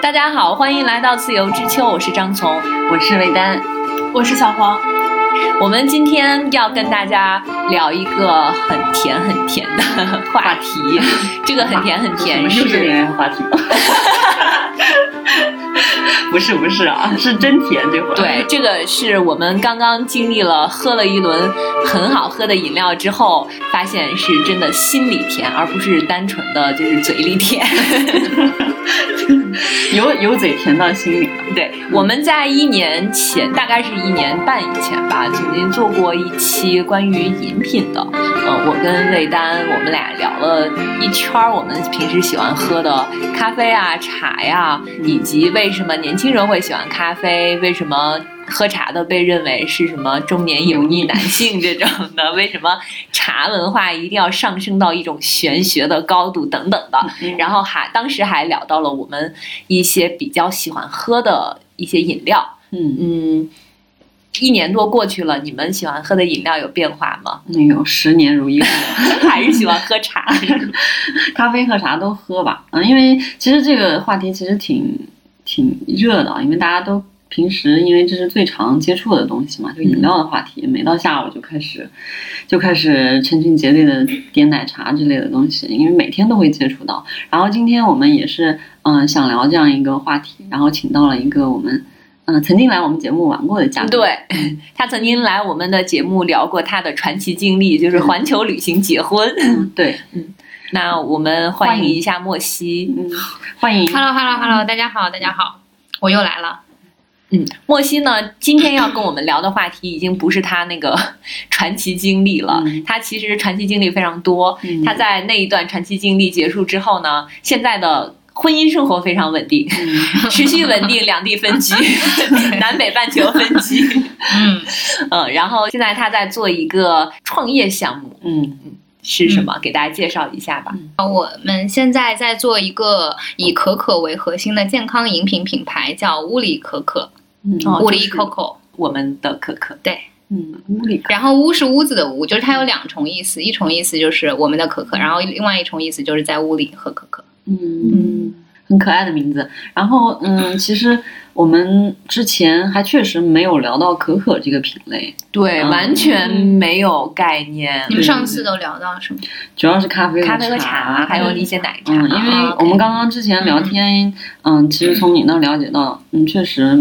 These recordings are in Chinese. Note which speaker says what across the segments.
Speaker 1: 大家好，欢迎来到自由之秋，我是张从，
Speaker 2: 我是魏丹，
Speaker 3: 我是小黄。
Speaker 1: 我们今天要跟大家聊一个很甜很甜 的话题，啊这个很甜很甜
Speaker 2: 是不是
Speaker 1: 是
Speaker 2: 恋爱话题？ 不是不是啊，是真甜这会儿。
Speaker 1: 对，这个是我们刚刚经历了喝了一轮很好喝的饮料之后，发现是真的心里甜，而不是单纯的就是嘴里甜。
Speaker 2: 由由嘴甜到心里。
Speaker 1: 对，我们在一年前，大概是一年半以前吧，曾经做过一期关于饮品的。呃，我跟魏丹，我们俩聊了一圈儿我们平时喜欢喝的咖啡啊、茶呀、以及为什么年轻人会喜欢咖啡，为什么。喝茶的被认为是什么中年油腻男性这种的？为什么茶文化一定要上升到一种玄学的高度等等的？然后还当时还聊到了我们一些比较喜欢喝的一些饮料。
Speaker 2: 嗯，
Speaker 1: 嗯，一年多过去了，你们喜欢喝的饮料有变化 吗？
Speaker 2: 那有十年如一日。
Speaker 1: 还是喜欢喝茶？
Speaker 2: 咖啡和茶都喝吧，嗯，因为其实这个话题其实挺挺热的，因为大家都平时因为这是最常接触的东西嘛，就饮
Speaker 1: 嗯
Speaker 2: 料的话题，每到下午就开始就开始成群结队的点奶茶之类的东西，因为每天都会接触到。然后今天我们也是嗯、呃想聊这样一个话题，然后请到了一个我们嗯、呃曾经来我们节目玩过的嘉 宾，
Speaker 1: 对，他曾经来我们的节目聊过他的传奇经历，就是环球旅行结婚。
Speaker 2: 嗯对，
Speaker 1: 那我们欢迎一下莫西。
Speaker 2: 嗯，欢迎
Speaker 3: Hello Hello Hello，大家好，大家好，我又来了。
Speaker 1: 嗯，莫西呢，今天要跟我们聊的话题已经不是他那个传奇经历了，
Speaker 2: 嗯
Speaker 1: 他其实传奇经历非常多。
Speaker 2: 嗯
Speaker 1: 他在那一段传奇经历结束之后呢，现在的婚姻生活非常稳定，
Speaker 2: 嗯
Speaker 1: 持续稳定，两地分 居，南北半球分居。
Speaker 3: 嗯，
Speaker 1: 嗯，然后现在他在做一个创业项目，
Speaker 2: 嗯
Speaker 1: 是什么？给大家介绍一下吧。
Speaker 3: 我们现在在做一个以可可为核心的健康饮品品牌，叫乌里可可，
Speaker 2: 嗯
Speaker 1: 哦
Speaker 3: 乌里
Speaker 1: 就是
Speaker 3: Coco。
Speaker 1: 我们的可可，
Speaker 2: 嗯，屋里
Speaker 3: 然后乌是屋子的屋，就是它有两重意思，一重意思就是我们的可可，然后另外一重意思就是在屋里喝可可。
Speaker 2: 嗯，很可爱的名字。然后，嗯，其实我们之前还确实没有聊到可可这个品类，
Speaker 1: 对，
Speaker 2: 嗯
Speaker 1: 完全没有概念
Speaker 3: 你，们上次都聊到什么？
Speaker 2: 主要是咖啡
Speaker 1: 嗯咖啡和
Speaker 2: 茶，
Speaker 1: 茶，还有一些奶茶。
Speaker 2: 嗯，因为我们刚刚之前聊天，嗯，其实从你那了解到，嗯，确实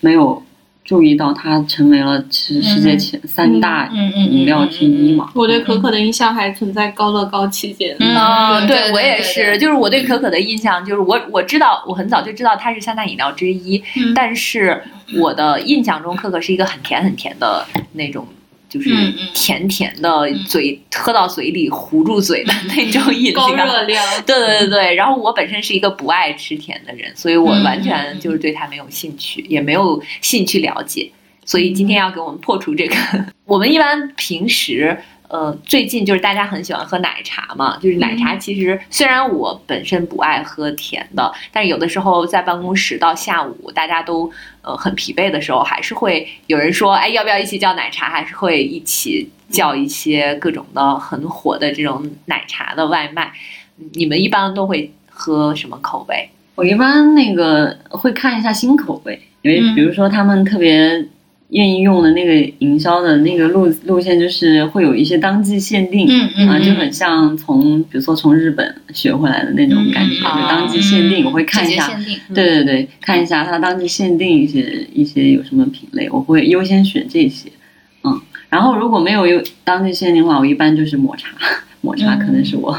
Speaker 2: 没有注意到它成为了其实世界前三大
Speaker 3: 嗯嗯，
Speaker 2: 饮料之一。嘛。
Speaker 4: 我对可可的印象还存在高乐高期间。
Speaker 3: 嗯
Speaker 1: 哦，
Speaker 3: 对对
Speaker 1: 我也
Speaker 3: 对
Speaker 1: 是，
Speaker 3: 对
Speaker 1: 就是我对可可的印象，就是我我知道，我很早就知道它是三大饮料之一，
Speaker 3: 嗯
Speaker 1: 但是我的印象中，可可是一个很甜很甜的那种，就是
Speaker 3: 嗯嗯
Speaker 1: 甜甜的
Speaker 3: 嗯
Speaker 1: 嘴，喝到嘴里糊住嘴的那种饮
Speaker 4: 高
Speaker 1: 料
Speaker 4: 热。量，
Speaker 1: 对对对对，然后我本身是一个不爱吃甜的人，所以我
Speaker 3: 嗯
Speaker 1: 完全就是对它没有兴趣，也没有兴趣了解，所以今天要给我们破除这个。 我们一般平时。呃，最近就是大家很喜欢喝奶茶嘛，就是奶茶。其实虽然我本身不爱喝甜的，但是有的时候在办公室到下午大家都呃很疲惫的时候，还是会有人说，哎，要不要一起叫奶茶？还是会一起叫一些各种的很火的这种奶茶的外卖。你们一般都会喝什么口味？
Speaker 2: 我一般那个会看一下新口味，因为
Speaker 3: 嗯
Speaker 2: 比如说他们特别愿意用的那个营销的那个路路线，就是会有一些当季限定。
Speaker 3: 嗯嗯
Speaker 2: 啊，就很像从比如说从日本学回来的那种感觉，
Speaker 3: 嗯
Speaker 1: 嗯
Speaker 2: 就当季限定，我会看一
Speaker 3: 季节
Speaker 2: 下，
Speaker 3: 限定。
Speaker 2: 对对对，看一下它当季限定一些一些有什么品类，我会优先选这些，嗯，然后如果没有有当季限定的话，我一般就是抹茶，抹茶
Speaker 3: 嗯
Speaker 2: 可能是我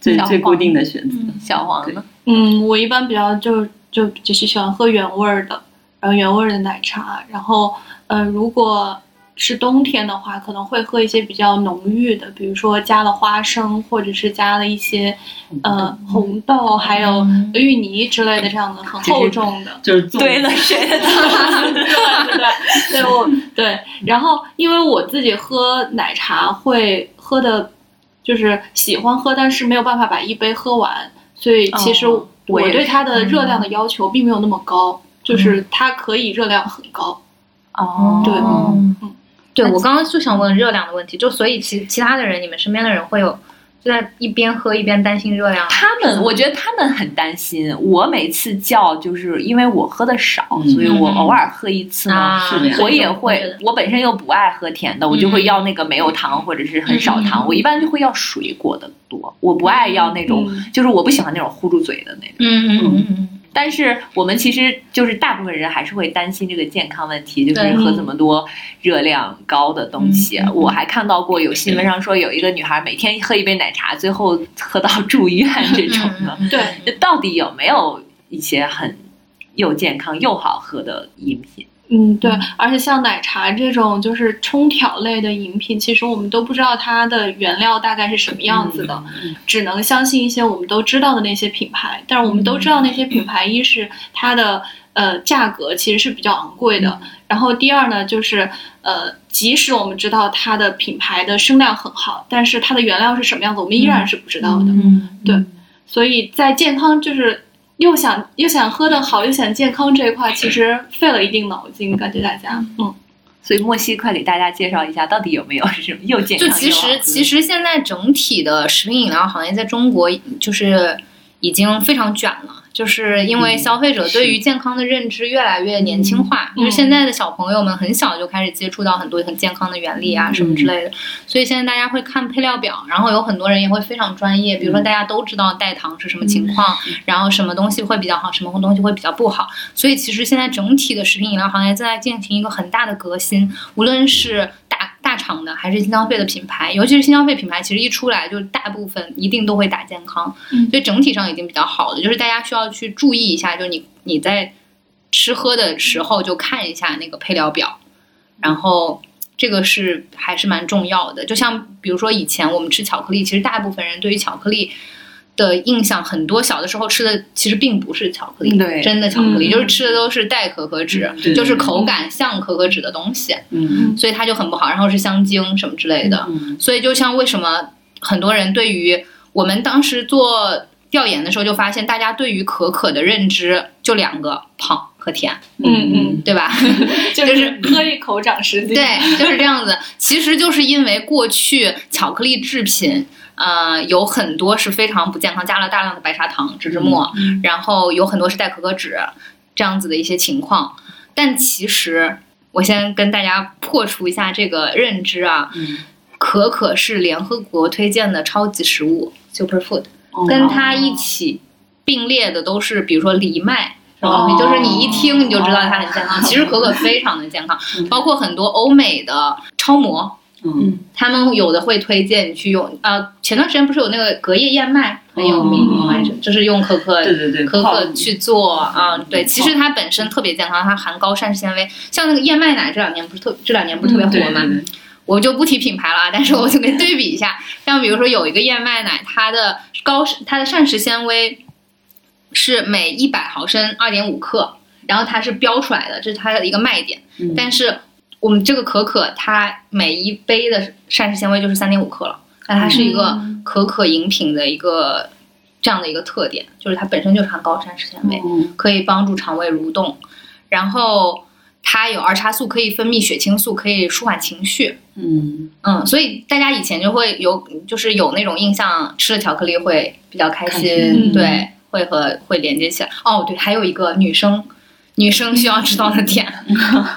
Speaker 2: 最、
Speaker 1: 小
Speaker 2: 最
Speaker 1: 黄
Speaker 2: 固定的选择，
Speaker 1: 小黄呢？
Speaker 4: 嗯，我一般比较就就只是喜欢喝原味儿的，然后原味儿的奶茶，然后呃，如果是冬天的话，可能会喝一些比较浓郁的，比如说加了花生，或者是加了一些呃红豆，还有
Speaker 3: 嗯
Speaker 4: 芋泥之类的这样的很厚重的。
Speaker 2: 就是做
Speaker 1: 对了，谁的？
Speaker 4: 对对 对，对我对。然后因为我自己喝奶茶会喝的，就是喜欢喝，但是没有办法把一杯喝完，所以其实
Speaker 1: 哦我
Speaker 4: 我
Speaker 1: 也嗯
Speaker 4: 对它的热量的要求并没有那么高，就是它可以热量很高。
Speaker 1: 哦
Speaker 4: 对
Speaker 3: 嗯
Speaker 4: 嗯
Speaker 3: 对我刚刚就想问热量的问题，就所以其其他的人，你们身边的人会有在一边喝一边担心热量。
Speaker 1: 他们，我觉得他们很担心。我每次叫，就是因为我喝的少，
Speaker 2: 嗯
Speaker 1: 所以我偶尔喝一次呢。
Speaker 3: 啊，
Speaker 2: 是这样
Speaker 1: 我也会，我本身又不爱喝甜的，我就会要那个没有糖或者是很少糖。
Speaker 3: 嗯
Speaker 1: 我一般就会要水果的多，我不爱要那种，
Speaker 4: 嗯
Speaker 1: 就是我不喜欢那种糊住嘴的那种。
Speaker 3: 嗯嗯嗯嗯
Speaker 1: 但是我们其实就是大部分人还是会担心这个健康问题，就是
Speaker 3: 对
Speaker 1: 喝这么多热量高的东西
Speaker 3: 嗯嗯。嗯
Speaker 1: 我还看到过有新闻上说，有一个女孩每天喝一杯奶茶，最后喝到住医院这
Speaker 3: 嗯，
Speaker 1: 种的。
Speaker 4: 对
Speaker 1: 就到底有没有一些很又健康又好喝的饮品？
Speaker 4: 嗯，对
Speaker 3: 嗯，
Speaker 4: 而且像奶茶这种就是冲调类的饮品，其实我们都不知道它的原料大概是什么样子的，只能相信一些我们都知道的那些品牌。但是我们都知道那些品牌，一是它的呃价格其实是比较昂贵的，然后第二呢就是呃，即使我们知道它的品牌的声量很好，但是它的原料是什么样子，我们依然是不知道的。
Speaker 1: 嗯
Speaker 4: 对所以在健康就是又想又想喝得好又想健康这一块，其实费了一定脑筋，感觉大家嗯。
Speaker 1: 所以莫西快给大家介绍一下，到底有没有是什么又健康
Speaker 3: 就
Speaker 1: 又好
Speaker 3: 其实其实现在整体的食品饮料行业在中国就是已经非常卷了。就是因为
Speaker 2: 嗯
Speaker 3: 消费者对于健康的认知越来越年轻化，
Speaker 4: 嗯
Speaker 3: 就是现在的小朋友们很小就开始接触到很多很健康的原理啊什么之类的，所以现在大家会看配料表，然后有很多人也会非常专业，比如说大家都知道代糖是什么情况，然后什么东西会比较好，什么东西会比较不好，所以其实现在整体的食品饮料行业正在进行一个很大的革新，无论是大大厂的还是新消费的品牌，尤其是新消费品牌，其实一出来就是大部分一定都会打健康，
Speaker 4: 嗯
Speaker 3: 所以整体上已经比较好的，就是大家需要去注意一下，就是你你在吃喝的时候就看一下那个配料表，然后。这个是还是蛮重要的，就像比如说以前我们吃巧克力，其实大部分人对于巧克力的印象，很多小的时候吃的其实并不是巧克力，
Speaker 1: 对
Speaker 3: 真的巧克力，
Speaker 4: 嗯
Speaker 3: 就是吃的都是代可可脂，
Speaker 2: 对
Speaker 3: 就是口感像可可脂的东西。
Speaker 2: 嗯
Speaker 3: 所以它就很不好，然后是香精什么之类的。
Speaker 2: 嗯
Speaker 3: 所以就像为什么很多人对于我们当时做调研的时候就发现，大家对于可可的认知就两个胖和甜，
Speaker 4: 嗯
Speaker 3: 对吧？
Speaker 4: 就是喝一口长十斤。
Speaker 3: 对，就是这样子。其实就是因为过去巧克力制品，呃，有很多是非常不健康，加了大量的白砂糖、植脂末，
Speaker 1: 嗯
Speaker 3: 然后有很多是代可可脂这样子的一些情况。但其实，我先跟大家破除一下这个认知啊，
Speaker 2: 嗯
Speaker 3: 可可是联合国推荐的超级食物 （superfood），
Speaker 2: 哦
Speaker 3: 跟它一起并列的都是比如说藜麦。什么东西？
Speaker 2: 哦
Speaker 3: 就是你一听你就知道它很健康。其实可可非常的健康
Speaker 2: 嗯，
Speaker 3: 包括很多欧美的超模，
Speaker 2: 嗯
Speaker 3: 他们有的会推荐你去用。呃，前段时间不是有那个隔夜燕麦很有名
Speaker 2: 哦
Speaker 3: 吗？就是用可可
Speaker 2: 对对对，
Speaker 3: 可
Speaker 2: 泡
Speaker 3: 可去做啊、对，其实它本身特别健康，它含高膳食纤维，像那个燕麦奶这两年不是特这两年不是特别
Speaker 2: 嗯对
Speaker 3: 火
Speaker 2: 对
Speaker 3: 嘛、
Speaker 2: 对
Speaker 3: 我就不提品牌了啊，但是我就给对比一下， 像比如说有一个燕麦奶，它的高它的膳食纤维是每一百毫升二点五克，然后它是标出来的，这是它的一个卖点。
Speaker 2: 嗯
Speaker 3: 但是我们这个可可，它每一杯的膳食纤维就是三点五克了，那它是一个
Speaker 4: 嗯
Speaker 3: 可可饮品的一个这样的一个特点，就是它本身就是含高膳食纤维，
Speaker 2: 嗯
Speaker 3: 可以帮助肠胃蠕动，然后它有儿茶素，可以分泌血清素，可以舒缓情绪。
Speaker 2: 嗯
Speaker 3: 嗯，所以大家以前就会有，就是有那种印象，吃了巧克力会比较开心，
Speaker 2: 开心
Speaker 4: 嗯
Speaker 3: 对，会和会连接起来。哦，对，还有一个女生，女生需要知道的点，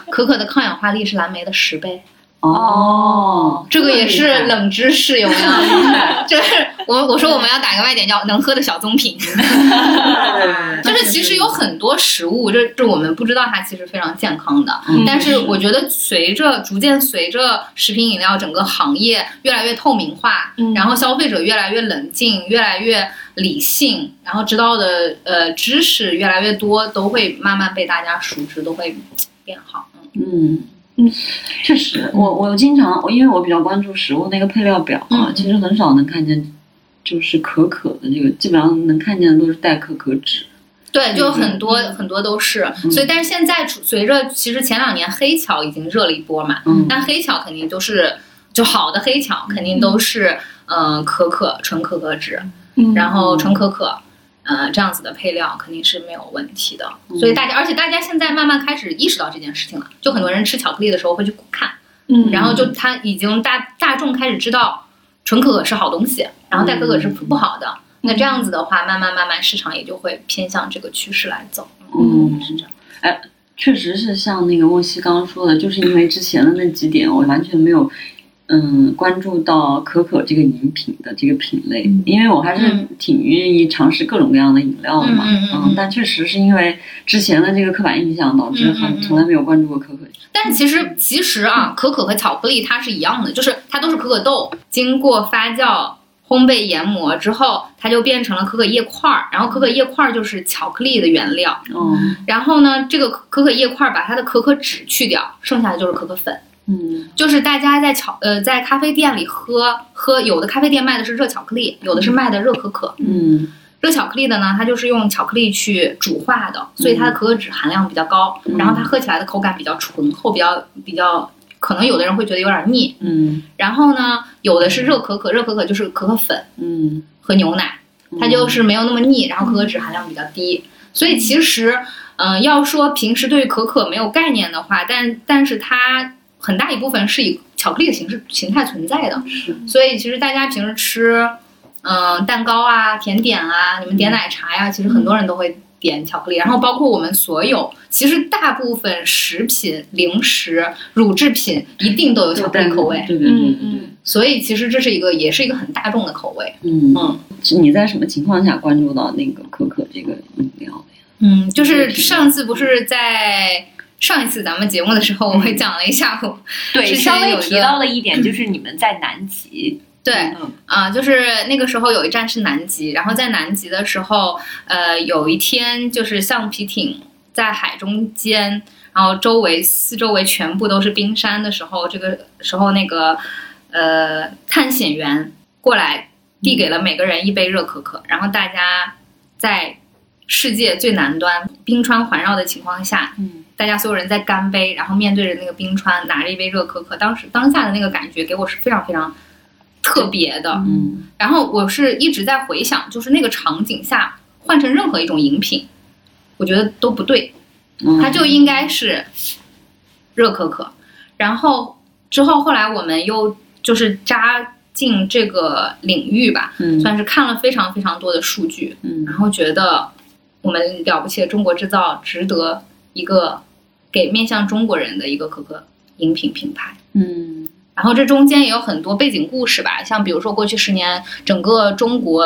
Speaker 3: 可可的抗氧化力是蓝莓的十倍，
Speaker 2: 哦，
Speaker 3: 这个也
Speaker 2: 么
Speaker 3: 是
Speaker 2: 厉害
Speaker 3: 冷知识，有没有？就是我我说我们要打个外点叫能喝的小棕瓶， 就是其实有很多食物，这这我们不知道它其实非常健康的，
Speaker 2: 嗯
Speaker 3: 但是我觉得随着逐渐随着食品饮料整个行业越来越透明化，
Speaker 4: 嗯
Speaker 3: 然后消费者越来越冷静，越来越理性，然后知道的呃知识越来越多，都会慢慢被大家熟知，都会变好。
Speaker 2: 嗯
Speaker 4: 嗯，
Speaker 2: 确实，我我经常，我因为我比较关注食物那个配料表啊，
Speaker 3: 嗯
Speaker 2: 其实很少能看见，就是可可的这个，基本上能看见的都是代可可脂。
Speaker 3: 对，就很多、很多都是，
Speaker 2: 嗯
Speaker 3: 所以但是现在随着其实前两年黑巧已经热了一波嘛，
Speaker 2: 嗯
Speaker 3: 那黑巧肯定都是就好的黑巧肯定都是呃可可纯可可脂，
Speaker 4: 嗯
Speaker 3: 然后纯可可，呃，这样子的配料肯定是没有问题的。
Speaker 4: 嗯
Speaker 3: 所以大家，而且大家现在慢慢开始意识到这件事情了，就很多人吃巧克力的时候会去看，
Speaker 4: 嗯
Speaker 3: 然后就他已经大大众开始知道纯可可是好东西，然后代可可
Speaker 4: 嗯
Speaker 3: 是不好的。那这样子的话，慢慢慢慢市场也就会偏向这个趋势来走。
Speaker 2: 嗯
Speaker 3: 是这样。
Speaker 2: 确实是像那个莫西刚刚说的，就是因为之前的那几点，我完全没有嗯关注到可可这个饮品的这个品类，
Speaker 1: 嗯
Speaker 2: 因为我还是
Speaker 3: 嗯
Speaker 2: 挺愿意尝试各种各样的饮料的嘛。
Speaker 3: 嗯嗯嗯嗯
Speaker 2: 但确实是因为之前的这个刻板印象，导致
Speaker 3: 嗯嗯
Speaker 2: 很
Speaker 3: 嗯
Speaker 2: 从来没有关注过可可。
Speaker 3: 但其实其实啊，可可和巧克力它是一样的，就是它都是可可豆经过发酵、烘焙、研磨之后，它就变成了可可叶块儿，然后可可叶块儿就是巧克力的原料。
Speaker 2: 哦，
Speaker 3: 然后呢，这个可可叶块儿把它的可可脂去掉，剩下的就是可可粉。
Speaker 2: 嗯
Speaker 3: 就是大家在巧呃在咖啡店里喝喝，有的咖啡店卖的是热巧克力，有的是卖的热可可。
Speaker 2: 嗯
Speaker 3: 热巧克力的呢，它就是用巧克力去煮化的，所以它的可可脂含量比较高，
Speaker 2: 嗯
Speaker 3: 然后它喝起来的口感比较醇厚，比较比较，可能有的人会觉得有点腻。
Speaker 2: 嗯
Speaker 3: 然后呢，有的是热可可，热可可就是可可粉
Speaker 2: 嗯，
Speaker 3: 和牛奶，它就是没有那么腻，然后可可脂含量比较低。所以其实，嗯、要说平时对于可可没有概念的话，但但是它很大一部分是以巧克力的形式形态存在的。
Speaker 2: 是
Speaker 3: 所以其实大家平时吃，嗯、蛋糕啊、甜点啊，你们点奶茶呀、其实很多人都会点巧克力。然后包括我们所有，其实大部分食品、零食、乳制品一定都有巧克力口味，
Speaker 2: 对对对对对。
Speaker 4: 嗯
Speaker 3: 所以其实这是一个，也是一个很大众的口味。
Speaker 2: 嗯
Speaker 3: 嗯
Speaker 2: 是你在什么情况下关注到那个可可这个饮料的呀？
Speaker 3: 嗯，就是上次不是在。上一次咱们节目的时候，我会讲了一下我
Speaker 1: 对，
Speaker 3: 之前
Speaker 1: 稍微
Speaker 3: 有一
Speaker 1: 提
Speaker 3: 个
Speaker 1: 到了一点，就是你们在南极，
Speaker 3: 对
Speaker 1: 嗯
Speaker 3: 啊、就是那个时候有一站是南极，然后在南极的时候，呃，有一天就是橡皮艇在海中间，然后周围四周围全部都是冰山的时候，这个时候那个呃探险员过来递给了每个人一杯热可可，然后大家在世界最南端冰川环绕的情况下，
Speaker 2: 嗯
Speaker 3: 大家所有人在干杯，然后面对着那个冰川，拿着一杯热可可，当时当下的那个感觉给我是非常非常特别的。
Speaker 2: 嗯
Speaker 3: 然后我是一直在回想，就是那个场景下换成任何一种饮品，我觉得都不对，
Speaker 2: 嗯，
Speaker 3: 它就应该是热可可。然后之后后来我们又就是扎进这个领域吧，
Speaker 2: 嗯
Speaker 3: 算是看了非常非常多的数据，
Speaker 2: 嗯
Speaker 3: 然后觉得我们了不起的中国制造值得一个给面向中国人的一个可可饮品品牌。
Speaker 2: 嗯
Speaker 3: 然后这中间也有很多背景故事吧，像比如说过去十年，整个中国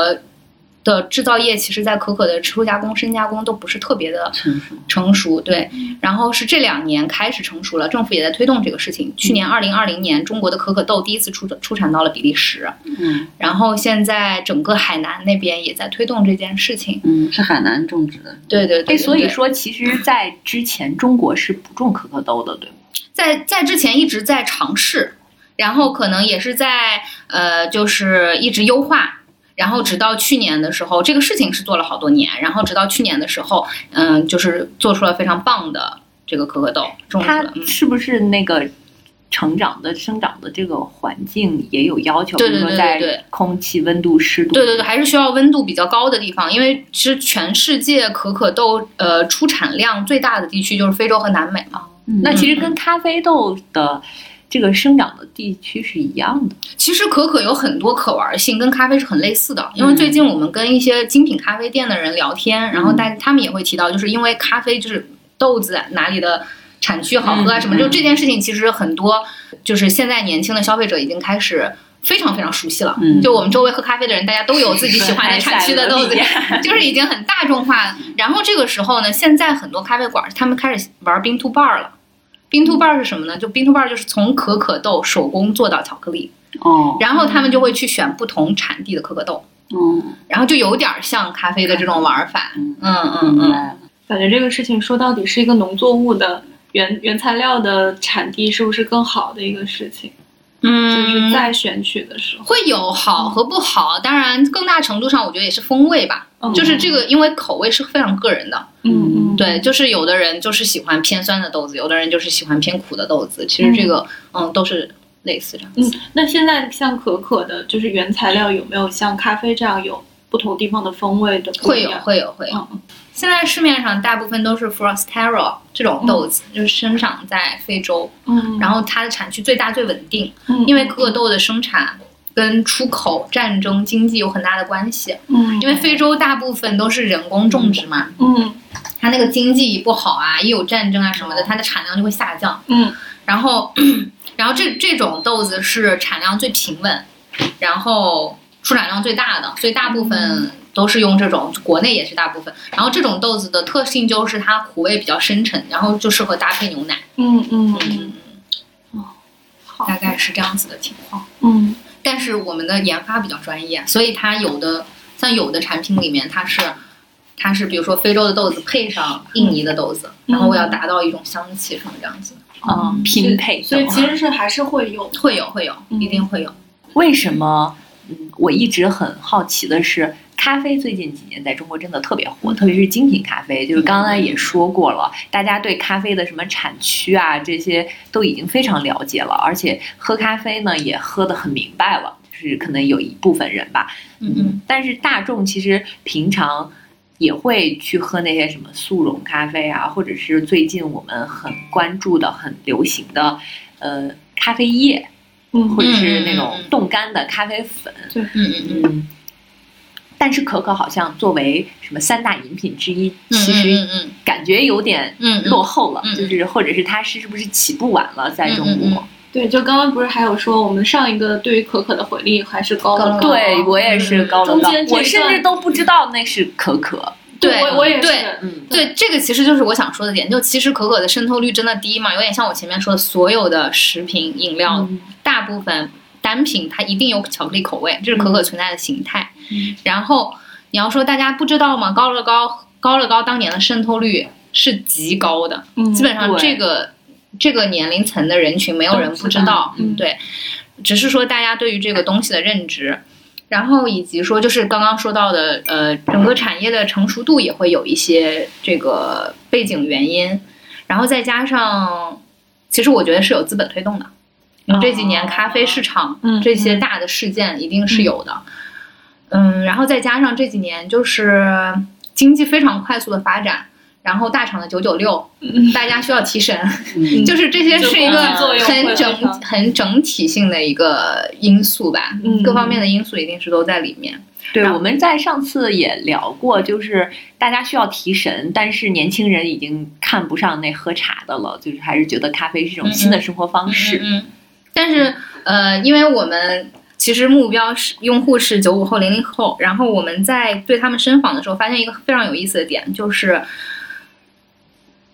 Speaker 3: 的制造业，其实在可可的植物加工、深加工都不是特别的
Speaker 2: 成熟
Speaker 3: 成熟，对。
Speaker 1: 嗯
Speaker 3: 然后是这两年开始成熟了，政府也在推动这个事
Speaker 1: 嗯
Speaker 3: 情。去年二零二零年，中国的可可豆第一次出出产到了比利时，
Speaker 2: 嗯
Speaker 3: 然后现在整个海南那边也在推动这件事情。
Speaker 2: 嗯是海南种植的，
Speaker 3: 对对对
Speaker 1: 哎，
Speaker 3: 对
Speaker 1: 所以
Speaker 3: 对
Speaker 1: 说其实，在之前中国是不种可可豆的，对吗？
Speaker 3: 在在之前一直在尝试，然后可能也是在呃，就是一直优化。然后直到去年的时候，这个事情是做了好多年。然后直到去年的时候，嗯，就是做出了非常棒的这个可可豆，种植
Speaker 1: 它
Speaker 3: 了。嗯，
Speaker 1: 是不是那个成长的生长的这个环境也有要求？
Speaker 3: 对
Speaker 1: 比如说
Speaker 3: 对对对
Speaker 1: 在
Speaker 3: 对
Speaker 1: 空气温度、湿度，
Speaker 3: 对对对，，还是需要温度比较高的地方，因为其实全世界可可豆呃出产量最大的地区就是非洲和南美嘛。
Speaker 1: 那
Speaker 2: 嗯
Speaker 1: 其实跟咖啡豆的这个生长的地区是一样的。
Speaker 3: 其实可可有很多可玩性，跟咖啡是很类似的。
Speaker 2: 嗯
Speaker 3: 因为最近我们跟一些精品咖啡店的人聊天，然后大他们也会提到，就是因为咖啡就是豆子哪里的产区好喝啊
Speaker 2: 嗯
Speaker 3: 什么，就这件事情其实很多就是现在年轻的消费者已经开始。非常非常熟悉了，
Speaker 2: 嗯
Speaker 3: 就我们周围喝咖啡的人，大家都有自己喜 欢的产区的豆子，就是已经很大众化
Speaker 2: 嗯
Speaker 3: 了。然后这个时候呢，现在很多咖啡馆儿他们开始玩冰兔伴儿了。冰兔伴儿是什么呢？就冰兔伴儿就是从可可豆手工做到巧克力，
Speaker 2: 哦
Speaker 3: 然后他们就会去选不同产地的可可豆，
Speaker 2: 哦
Speaker 3: 然后就有点像咖啡的这种玩法。
Speaker 2: 嗯
Speaker 3: 嗯嗯
Speaker 2: 明
Speaker 3: 嗯，
Speaker 2: 白了，
Speaker 4: 感觉这个事情说到底是一个农作物的原原材料的产地是不是更好的一个事情，
Speaker 3: 嗯
Speaker 4: 就是在选取的时候，
Speaker 3: 会有好和不好，当然更大程度上我觉得也是风味吧，
Speaker 4: 嗯
Speaker 3: 就是这个因为口味是非常个人的，
Speaker 4: 嗯嗯，
Speaker 3: 对，就是有的人就是喜欢偏酸的豆子，有的人就是喜欢偏苦的豆子，其实这个嗯都是类似这样
Speaker 4: 嗯
Speaker 3: 子。，
Speaker 4: 那现在像可可的，就是原材料有没有像咖啡这样有不同地方的风味的不
Speaker 3: 会
Speaker 4: 一
Speaker 3: 有
Speaker 4: 样？
Speaker 3: 会有会有，
Speaker 4: 嗯
Speaker 3: 现在市面上大部分都是 Forastero 这种豆子，就是生长在非洲，
Speaker 4: 嗯，
Speaker 3: 然后它的产区最大最稳定，
Speaker 4: 嗯
Speaker 3: 因为可可豆的生产跟出口、战争、经济有很大的关系，
Speaker 4: 嗯
Speaker 3: 因为非洲大部分都是人工种植嘛，
Speaker 4: 嗯
Speaker 3: 它那个经济不好啊，一有战争啊什么
Speaker 4: 哦
Speaker 3: 的，它的产量就会下降。
Speaker 4: 嗯
Speaker 3: 然后， 然后这这种豆子是产量最平稳，然后出产量最大的，所以大部
Speaker 4: 嗯
Speaker 3: 分都是用这种，国内也是大部分。然后这种豆子的特性就是它苦味比较深沉，然后就适合搭配牛奶，
Speaker 4: 嗯嗯嗯，好，
Speaker 3: 大概是这样子的情况。
Speaker 4: 嗯
Speaker 3: 但是我们的研发比较专业，所以它有的像有的产品里面它是。它是比如说非洲的豆子配上印尼的豆子，然后我要达到一种香气什么这样子，
Speaker 1: 嗯，拼配
Speaker 4: 所以
Speaker 1: 的
Speaker 4: 其实是还是会有的，
Speaker 3: 会有会有，一定会有。
Speaker 1: 为什么？嗯，我一直很好奇的是，咖啡最近几年在中国真的特别火，特别是精品咖啡。就是刚才也说过了，大家对咖啡的什么产区啊这些都已经非常了解了，而且喝咖啡呢也喝得很明白了，就是可能有一部分人吧，
Speaker 3: 嗯嗯，
Speaker 1: 但是大众其实平常也会去喝那些什么速溶咖啡啊，或者是最近我们很关注的、很流行的，呃，咖啡液，
Speaker 4: 嗯
Speaker 1: 或者
Speaker 3: 嗯
Speaker 1: 是
Speaker 3: 嗯
Speaker 1: 那种
Speaker 3: 嗯
Speaker 1: 冻干的咖啡粉，
Speaker 3: 嗯嗯嗯，
Speaker 1: 嗯。但是可可好像作为什么三大饮品之一，
Speaker 3: 嗯
Speaker 1: 其实
Speaker 3: 嗯嗯
Speaker 1: 感觉有点
Speaker 3: 嗯嗯
Speaker 1: 落后了，
Speaker 3: 嗯嗯
Speaker 1: 就是或者是它是是不是起步晚了，在中国？
Speaker 3: 嗯嗯
Speaker 4: 对，就刚刚不是还有说我们上一个对于可可的回力还是高
Speaker 3: 高
Speaker 4: 了
Speaker 3: 了
Speaker 4: 高，
Speaker 1: 对我也是
Speaker 3: 嗯
Speaker 1: 高楼
Speaker 4: 中
Speaker 1: 高
Speaker 4: 间这
Speaker 1: 我甚
Speaker 4: 段
Speaker 1: 至都不知道那是可可，
Speaker 3: 对
Speaker 4: 我我也
Speaker 3: 对
Speaker 4: 是，
Speaker 1: 嗯，
Speaker 3: 对，这个其实就是我想说的点，就其实可可的渗透率真的低嘛，有点像我前面说的，所有的食品饮料、
Speaker 1: 嗯
Speaker 3: 大部分单品它一定有巧克力口味，这是可可存在的形态。
Speaker 1: 嗯
Speaker 3: 然后你要说大家不知道吗？高乐高高乐高当年的渗透率是极高的，
Speaker 4: 嗯
Speaker 3: 基本上
Speaker 1: 对
Speaker 3: 这个这个年龄层的人群没有人不知道，
Speaker 4: 嗯
Speaker 3: 对，只是说大家对于这个东西的认知，然后以及说就是刚刚说到的，呃，整个产业的成熟度也会有一些这个背景原因，然后再加上，其实我觉得是有资本推动的，这几年咖啡市场、
Speaker 4: 嗯
Speaker 3: 这些大的事件一定是有的，嗯，然后再加上这几年就是经济非常快速的发展。然后大厂的九九六，大家需要提神，
Speaker 2: 嗯
Speaker 3: 就是这些是一个
Speaker 4: 嗯就工作作用会
Speaker 3: 很
Speaker 4: 非
Speaker 3: 整
Speaker 4: 常
Speaker 3: 很整体性的一个因素吧，
Speaker 4: 嗯
Speaker 3: 各方面的因素一定是都在里面。
Speaker 1: 对，
Speaker 3: 然后
Speaker 1: 我们在上次也聊过，就是大家需要提神，但是年轻人已经看不上那喝茶的了，就是还是觉得咖啡是一种新的生活方式。
Speaker 3: 嗯嗯，但是呃，因为我们其实目标是用户是九五后、零零后，然后我们在对他们深访的时候，发现一个非常有意思的点，就是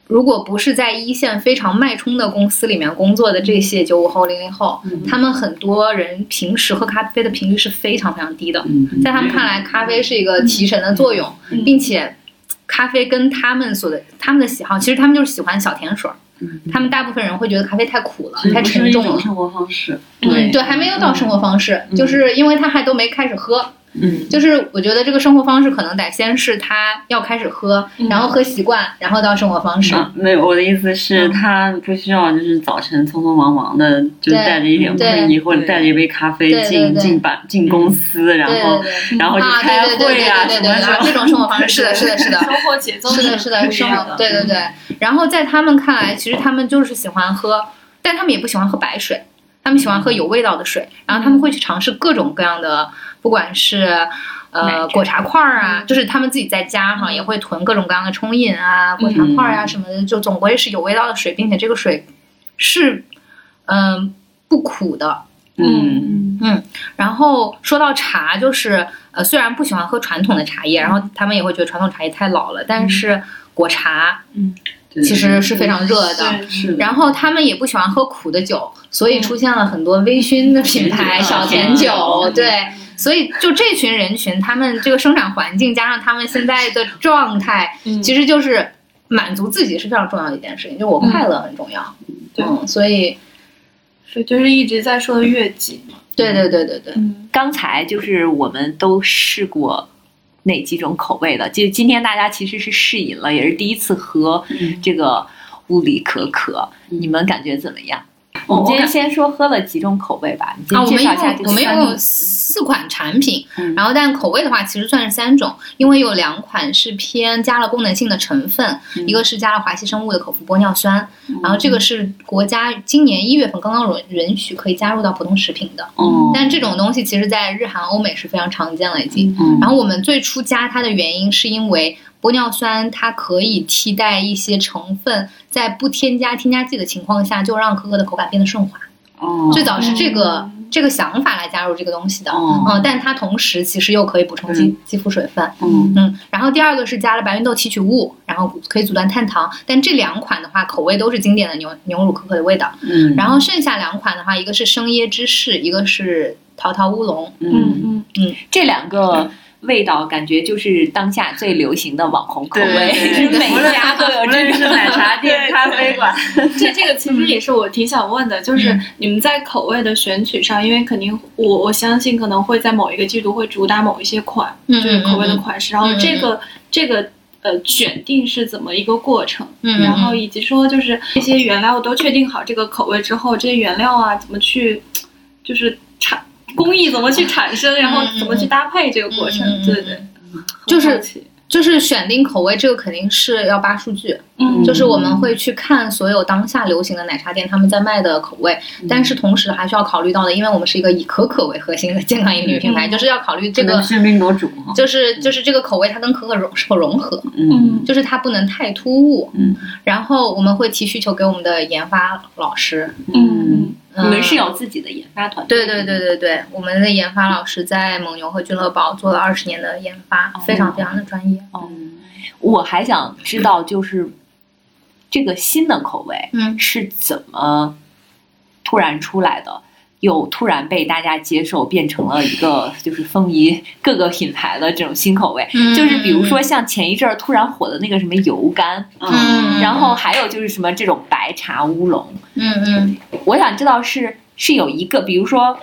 Speaker 3: 如果不是在一线非常脉冲的公司里面工作的这些九五后、零零后，他们很多人平时喝咖啡的频率是非常非常低的，
Speaker 2: 嗯
Speaker 3: 在他们看来，咖啡是一个提神的作用，
Speaker 4: 嗯
Speaker 3: 并且咖啡跟他们所的他们的喜好，其实他们就是喜欢小甜水儿。他们大部分人会觉得咖啡太苦了，太
Speaker 2: 嗯不是
Speaker 3: 沉
Speaker 2: 一
Speaker 3: 重
Speaker 2: 种
Speaker 3: 了。
Speaker 2: 生活方式，
Speaker 3: 嗯，对，还没有到生活方式，
Speaker 1: 嗯
Speaker 3: 就是因为他还都没开始喝，
Speaker 1: 嗯
Speaker 3: 就是我觉得这个生活方式可能得先是他要开始喝，
Speaker 4: 嗯
Speaker 3: 然后喝习惯，然后到生活方式。
Speaker 2: 啊，没有，我的意思是，
Speaker 3: 嗯
Speaker 2: 他不需要就是早晨匆匆忙忙的，就
Speaker 3: 对
Speaker 2: 带着一点困意或者带着一杯咖啡
Speaker 3: 对对
Speaker 2: 进
Speaker 3: 对嗯
Speaker 2: 进办进公司，然
Speaker 3: 对
Speaker 2: 后
Speaker 3: 对对。
Speaker 2: 然后去
Speaker 3: 啊，
Speaker 2: 开
Speaker 3: 对对对
Speaker 2: 会啊
Speaker 3: 对对
Speaker 2: 什
Speaker 3: 对
Speaker 2: 么
Speaker 3: 对，啊
Speaker 2: 时候。
Speaker 3: 这种生活方式是的，是的，是的，
Speaker 4: 生活节奏
Speaker 3: 是的，是的，
Speaker 4: 不一
Speaker 3: 生
Speaker 4: 样
Speaker 3: 活，
Speaker 4: 的，
Speaker 3: 对对对。然后在他们看来，其实他们就是喜欢喝，但他们也不喜欢喝白水，他们喜欢喝有味道的水。然后他们会去尝试各种各样的，不管是
Speaker 1: 奶
Speaker 3: 呃
Speaker 1: 制
Speaker 3: 果茶块儿啊
Speaker 4: 嗯，
Speaker 3: 就是他们自己在家哈
Speaker 4: 嗯
Speaker 3: 也会囤各种各样的冲饮啊、果茶块儿啊什么的，就总归是有味道的水，并且这个水是嗯、不苦的，
Speaker 2: 嗯，
Speaker 3: 然后说到茶，就是呃，虽然不喜欢喝传统的茶叶，然后他们也会觉得传统茶叶太老了，但是果茶
Speaker 2: 对
Speaker 3: 其实是非常热的。
Speaker 4: 对
Speaker 2: 是的
Speaker 3: 然后他们也不喜欢喝苦的酒，所以出现了很多微醺的品牌，
Speaker 2: 嗯
Speaker 3: 小甜酒
Speaker 2: 嗯，
Speaker 3: 对。所以就这群人群，他们这个生长环境加上他们现在的状态，
Speaker 4: 嗯
Speaker 3: 其实就是满足自己是非常重要的一件事情，就我快乐很重要。
Speaker 4: 对
Speaker 3: 嗯，所以
Speaker 4: 对，就是一直在说的月季嘛，
Speaker 3: 对对对对对，
Speaker 4: 嗯
Speaker 1: 刚才就是我们都试过哪几种口味的，就今天大家其实是试饮了，也是第一次喝
Speaker 2: 嗯
Speaker 1: 这个物理可可，
Speaker 2: 嗯哦
Speaker 1: 你们感觉怎么样？我们今天
Speaker 3: 感
Speaker 1: 先说喝了几种口味吧，你先
Speaker 3: 啊，我
Speaker 1: 介
Speaker 3: 们
Speaker 1: 绍一下
Speaker 3: 有
Speaker 1: 这
Speaker 3: 我们
Speaker 1: 三
Speaker 3: 有
Speaker 1: 种。
Speaker 3: 四款产品，
Speaker 2: 嗯
Speaker 3: 然后但口味的话其实算是三种，因为有两款是偏加了功能性的成分，
Speaker 2: 嗯
Speaker 3: 一个是加了华西生物的口服玻尿酸，
Speaker 2: 嗯
Speaker 3: 然后这个是国家今年一月份刚刚允允许可以加入到普通食品的，
Speaker 2: 哦，
Speaker 3: 但这种东西其实在日韩、欧美是非常常见了已经。
Speaker 2: 嗯
Speaker 3: 然后我们最初加它的原因是因为玻尿酸它可以替代一些成分，在不添加添加剂的情况下，就让可可的口感变得顺滑。
Speaker 2: 哦
Speaker 3: 最早是这个
Speaker 4: 嗯
Speaker 3: 这个想法来加入这个东西的，
Speaker 2: 哦
Speaker 3: 嗯，但它同时其实又可以补充肌肌肤水分，
Speaker 2: 嗯
Speaker 3: 嗯，然后第二个是加了白芸豆提取物，然后可以阻断碳糖，但这两款的话口味都是经典的牛牛乳可可的味道，
Speaker 2: 嗯，
Speaker 3: 然后剩下两款的话，一个是生椰芝士，一个是桃桃乌龙，
Speaker 2: 嗯
Speaker 4: 嗯
Speaker 1: 这两个味道感觉就是当下最流行的网红口
Speaker 2: 对
Speaker 1: 味，
Speaker 2: 对
Speaker 1: 是
Speaker 2: 对
Speaker 1: 每一家都有
Speaker 2: 无论
Speaker 1: 这
Speaker 2: 是
Speaker 1: 种。
Speaker 2: 奶茶店、咖啡馆，
Speaker 4: 嗯，这这个其实也是我挺想问的，就是
Speaker 3: 嗯
Speaker 4: 你们在口味的选取上，因为肯定我我相信可能会在某一个季度会主打某一些款，
Speaker 3: 嗯
Speaker 4: 就是口味的
Speaker 3: 嗯嗯
Speaker 4: 款式，然后
Speaker 3: 嗯嗯
Speaker 4: 这个这个呃选定是怎么一个过程？
Speaker 3: 嗯，
Speaker 4: 然后以及说就是这些原料都确定好这个口味之后，这些原料啊怎么去，就是产工艺怎么去产生，然后怎么去搭配这个过程，
Speaker 3: 嗯嗯嗯嗯嗯
Speaker 4: 对对，
Speaker 3: 就是
Speaker 4: 很好奇
Speaker 3: 就是选定口味这个肯定是要扒数据，
Speaker 4: 嗯
Speaker 3: 就是我们会去看所有当下流行的奶茶店他们在卖的口味，
Speaker 1: 嗯
Speaker 3: 但是同时还需要考虑到的，因为我们是一个以可可为核心的健康饮品品牌，
Speaker 4: 嗯
Speaker 3: 就是要考虑这
Speaker 2: 这
Speaker 3: 个
Speaker 2: 个，是冰博主哈，
Speaker 3: 就是就是这个口味它跟可可融是否融合，
Speaker 2: 嗯
Speaker 3: 就是它不能太突兀。
Speaker 2: 嗯
Speaker 3: 然后我们会提需求给我们的研发老师，
Speaker 4: 嗯
Speaker 1: 你们是
Speaker 3: 嗯
Speaker 1: 有自己的研发团队，
Speaker 3: 对对对对对，我们的研发老师在蒙牛和君乐宝做了二十年的研发，非常非常的专业。
Speaker 1: 哦，我还想知道，就是这个新的口味
Speaker 3: 嗯
Speaker 1: 是怎么突然出来的，又突然被大家接受，变成了一个就是风靡各个品牌的这种新口味。
Speaker 3: 嗯
Speaker 1: 就是比如说像前一阵儿突然火的那个什么油柑，
Speaker 3: 嗯
Speaker 1: 然后还有就是什么这种白茶乌龙，
Speaker 3: 嗯嗯
Speaker 1: 我想知道是是有一个，比如说，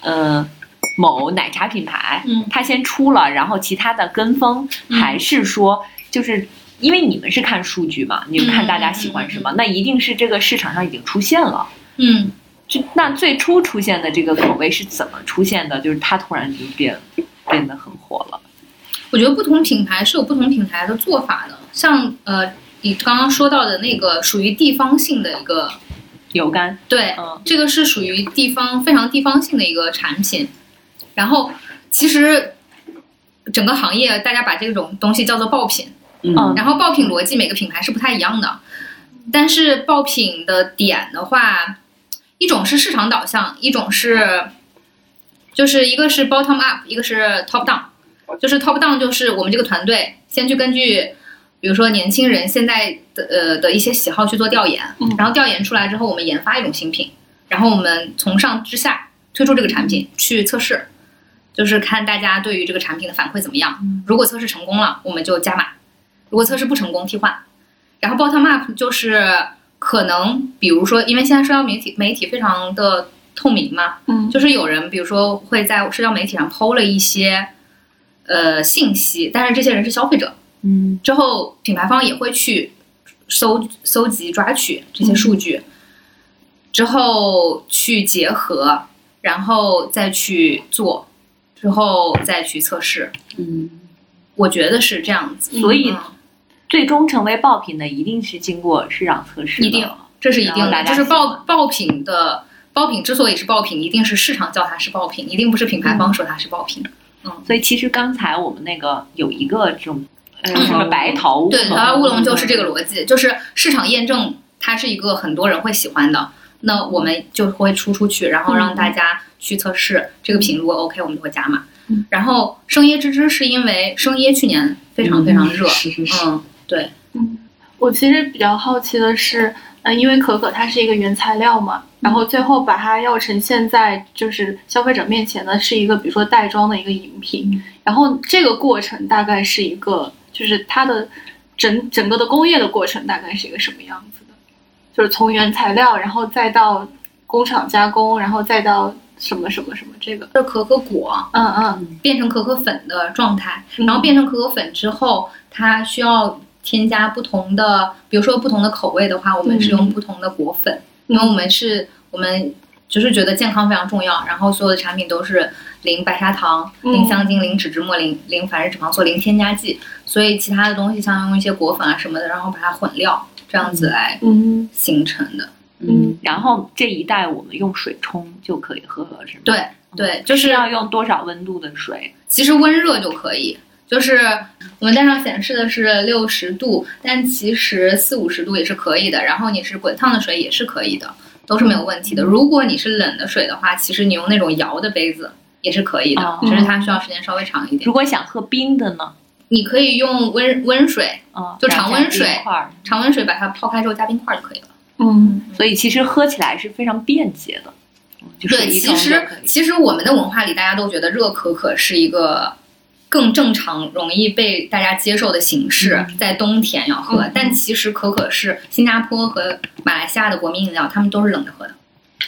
Speaker 1: 呃，某奶茶品牌，
Speaker 3: 嗯
Speaker 1: 它先出了，然后其他的跟风，
Speaker 3: 嗯
Speaker 1: 还是说就是。因为你们是看数据嘛，你们看大家喜欢什么，那一定是这个市场上已经出现了。
Speaker 3: 嗯，
Speaker 1: 就那最初出现的这个口味是怎么出现的？就是它突然就变变得很火了。
Speaker 3: 我觉得不同品牌是有不同品牌的做法的，像呃你刚刚说到的那个属于地方性的一个，
Speaker 1: 油柑，
Speaker 3: 对，
Speaker 1: 嗯
Speaker 3: 这个是属于地方非常地方性的一个产品。然后其实整个行业大家把这种东西叫做爆品，
Speaker 1: 嗯
Speaker 2: 哦
Speaker 3: 然后爆品逻辑每个品牌是不太一样的，但是爆品的点的话，一种是市场导向，一种是就是一个是 bottom up，一个是 top down。就是 top down 就是我们这个团队先去根据，比如说年轻人现在的呃的一些喜好去做调研，
Speaker 4: 嗯
Speaker 3: 然后调研出来之后，我们研发一种新品，然后我们从上至下推出这个产品去测试。就是看大家对于这个产品的反馈怎么样，如果测试成功了，我们就加码；如果测试不成功替换。然后 bottom up 就是可能，比如说，因为现在社交媒体媒体非常的透明嘛，
Speaker 4: 嗯
Speaker 3: 就是有人比如说会在社交媒体上抛了一些呃信息，但是这些人是消费者，
Speaker 1: 嗯
Speaker 3: 之后品牌方也会去搜搜集抓取这些数据，之后去结合，然后再去做，之后再去测试。
Speaker 2: 嗯
Speaker 3: 我觉得是这样子，
Speaker 1: 所以
Speaker 3: 嗯
Speaker 1: 最终成为爆品的一定是经过市场测试的，
Speaker 3: 一定这是一定
Speaker 1: 然后
Speaker 3: 的，
Speaker 1: 大家
Speaker 3: 就是
Speaker 1: 喜
Speaker 3: 爆
Speaker 1: 欢
Speaker 3: 爆品的爆品之所以是爆品，一定是市场叫它是爆品，一定不是
Speaker 1: 嗯
Speaker 3: 品牌方说它是爆品。
Speaker 1: 所以其实刚才我们那个有一个这种呃
Speaker 2: 嗯
Speaker 1: 什么白桃乌龙，
Speaker 3: 对，桃花乌龙就是这个逻辑，就是市场验证它是一个很多人会喜欢的，那我们就会出出去，然后让
Speaker 1: 嗯
Speaker 3: 大家去测试这个品，如果 OK，我们就会加码
Speaker 4: 嗯。
Speaker 3: 然后生椰芝芝是因为生椰去年
Speaker 1: 嗯
Speaker 3: 非常非常热，
Speaker 2: 是是是，
Speaker 3: 嗯，
Speaker 4: 嗯，我其实比较好奇的是，呃，因为可可它是一个原材料嘛，然后最后把它要呈现在就是消费者面前的是一个比如说袋装的一个饮品，
Speaker 3: 嗯
Speaker 4: 然后这个过程大概是一个就是它的整整个的工业的过程大概是一个什么样子的，就是从原材料，然后再到工厂加工，然后再到什么什么什么这个，
Speaker 3: 这可可果
Speaker 4: 嗯嗯
Speaker 3: 变成可可粉的状态，
Speaker 4: 嗯
Speaker 3: 然后变成可可粉之后，它需要添
Speaker 4: 嗯
Speaker 3: 加不同的，比如说不同的口味的话，我们是用不同的果粉，因为我们是。我我们就是觉得健康非常重要，然后所有的产品都是零白砂糖、
Speaker 4: 嗯
Speaker 3: 零香精、零脂质末、零零反式脂肪素、零添加剂，所以其他的东西像用一些果粉啊什么的，然后把它混料，这样子来
Speaker 4: 嗯
Speaker 3: 形成的。
Speaker 4: 嗯
Speaker 1: 然后这一袋我们用水冲就可以喝了，是吗？
Speaker 3: 对对，就是是
Speaker 4: 啊
Speaker 1: 要用多少温度的水？
Speaker 3: 其实温热就可以。就是我们袋上显示的是六十度，但其实四五十度也是可以的。然后你是滚烫的水也是可以的，都是没有问题的。如果你是冷的水的话，其实你用那种摇的杯子也是可以的
Speaker 1: 哦，
Speaker 3: 只是它需要时间稍微长一点。
Speaker 1: 如果想喝冰的呢？
Speaker 3: 你可以用温温水，
Speaker 1: 啊，
Speaker 3: 就常温水
Speaker 1: 两三冰块儿
Speaker 3: 常温水把它泡开之后加冰块就可以了。
Speaker 4: 嗯
Speaker 1: 所以其实喝起来是非常便捷的。就水
Speaker 3: 对，
Speaker 1: 一
Speaker 3: 其
Speaker 1: 冲就
Speaker 3: 实
Speaker 1: 可以
Speaker 3: 其实我们的文化里，大家都觉得热可可是一个更正常、容易被大家接受的形式，在冬天要喝。
Speaker 4: 嗯
Speaker 3: 但其实可可是新加坡和马来西亚的国民饮料，他们都是冷着喝的。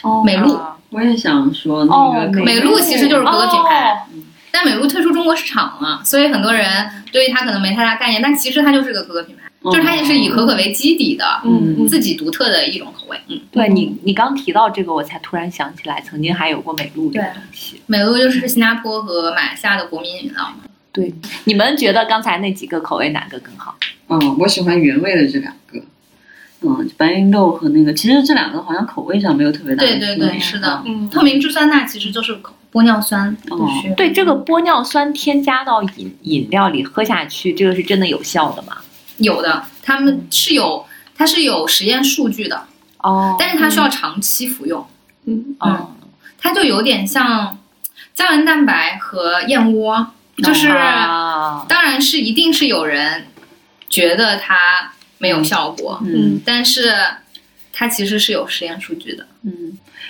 Speaker 4: 哦
Speaker 3: 美露，
Speaker 1: 啊
Speaker 2: 我也想说
Speaker 1: 哦
Speaker 2: 那个可
Speaker 3: 嗯美露其实就是可可品牌，
Speaker 1: 哦
Speaker 3: 但美露退出中国市场了，所以很多人对于它可能没太大概念，但其实它就是个可可品牌，就是它也是以可可为基底的，
Speaker 4: 嗯嗯
Speaker 3: 自己独特的一种口味。嗯，
Speaker 1: 对你，你刚提到这个，我才突然想起来，曾经还有过美露这个
Speaker 3: 对
Speaker 1: 东西。
Speaker 3: 美露就是新加坡和马来西亚的国民饮料。
Speaker 1: 对，你们觉得刚才那几个口味哪个更好？
Speaker 2: 嗯，我喜欢原味的这两个，嗯，白云豆和那个，其实这两个好像口味上没有特别大的
Speaker 3: 对对
Speaker 2: 区别
Speaker 3: 对是的
Speaker 4: 嗯
Speaker 3: 透明质酸钠其实就是玻尿酸
Speaker 2: 哦
Speaker 3: 必须。
Speaker 1: 对，这个玻尿酸添加到饮饮料里喝下去，这个是真的有效的吗？
Speaker 3: 有的，他们是有，它是有实验数据的，
Speaker 1: 哦
Speaker 3: 但是它需要长期服用，
Speaker 4: 嗯
Speaker 1: 哦
Speaker 3: 它就有点像胶原蛋白和燕窝，就是、
Speaker 1: 啊
Speaker 3: 当然是一定是有人觉得它没有效果，
Speaker 2: 嗯
Speaker 3: 但是它其实是有实验数据的。
Speaker 2: 嗯，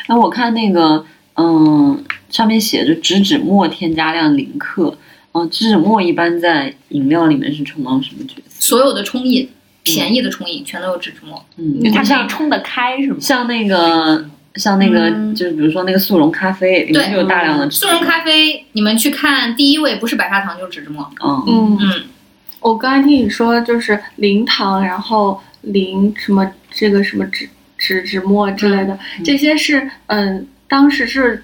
Speaker 2: 哎，我看那个，嗯，上面写着植脂末添加量零克，嗯、植脂末一般在饮料里面是充当什么角色？
Speaker 3: 所有的冲饮，便宜的冲饮全都有植脂末，
Speaker 2: 嗯，
Speaker 1: 它
Speaker 2: 它
Speaker 1: 可以
Speaker 2: 像
Speaker 1: 冲得开是吗？
Speaker 2: 像那个像那个、
Speaker 3: 嗯
Speaker 2: 就是比如说那个速溶咖啡里面
Speaker 3: 对嗯
Speaker 2: 就有大量的
Speaker 3: 速溶咖啡，你们去看第一位不是白砂糖就是植脂末，
Speaker 2: 嗯嗯
Speaker 4: 嗯，
Speaker 3: 嗯，
Speaker 4: 我刚才听你说就是零糖，然后零什么这个什么脂脂脂末之类的，这些是嗯，当时是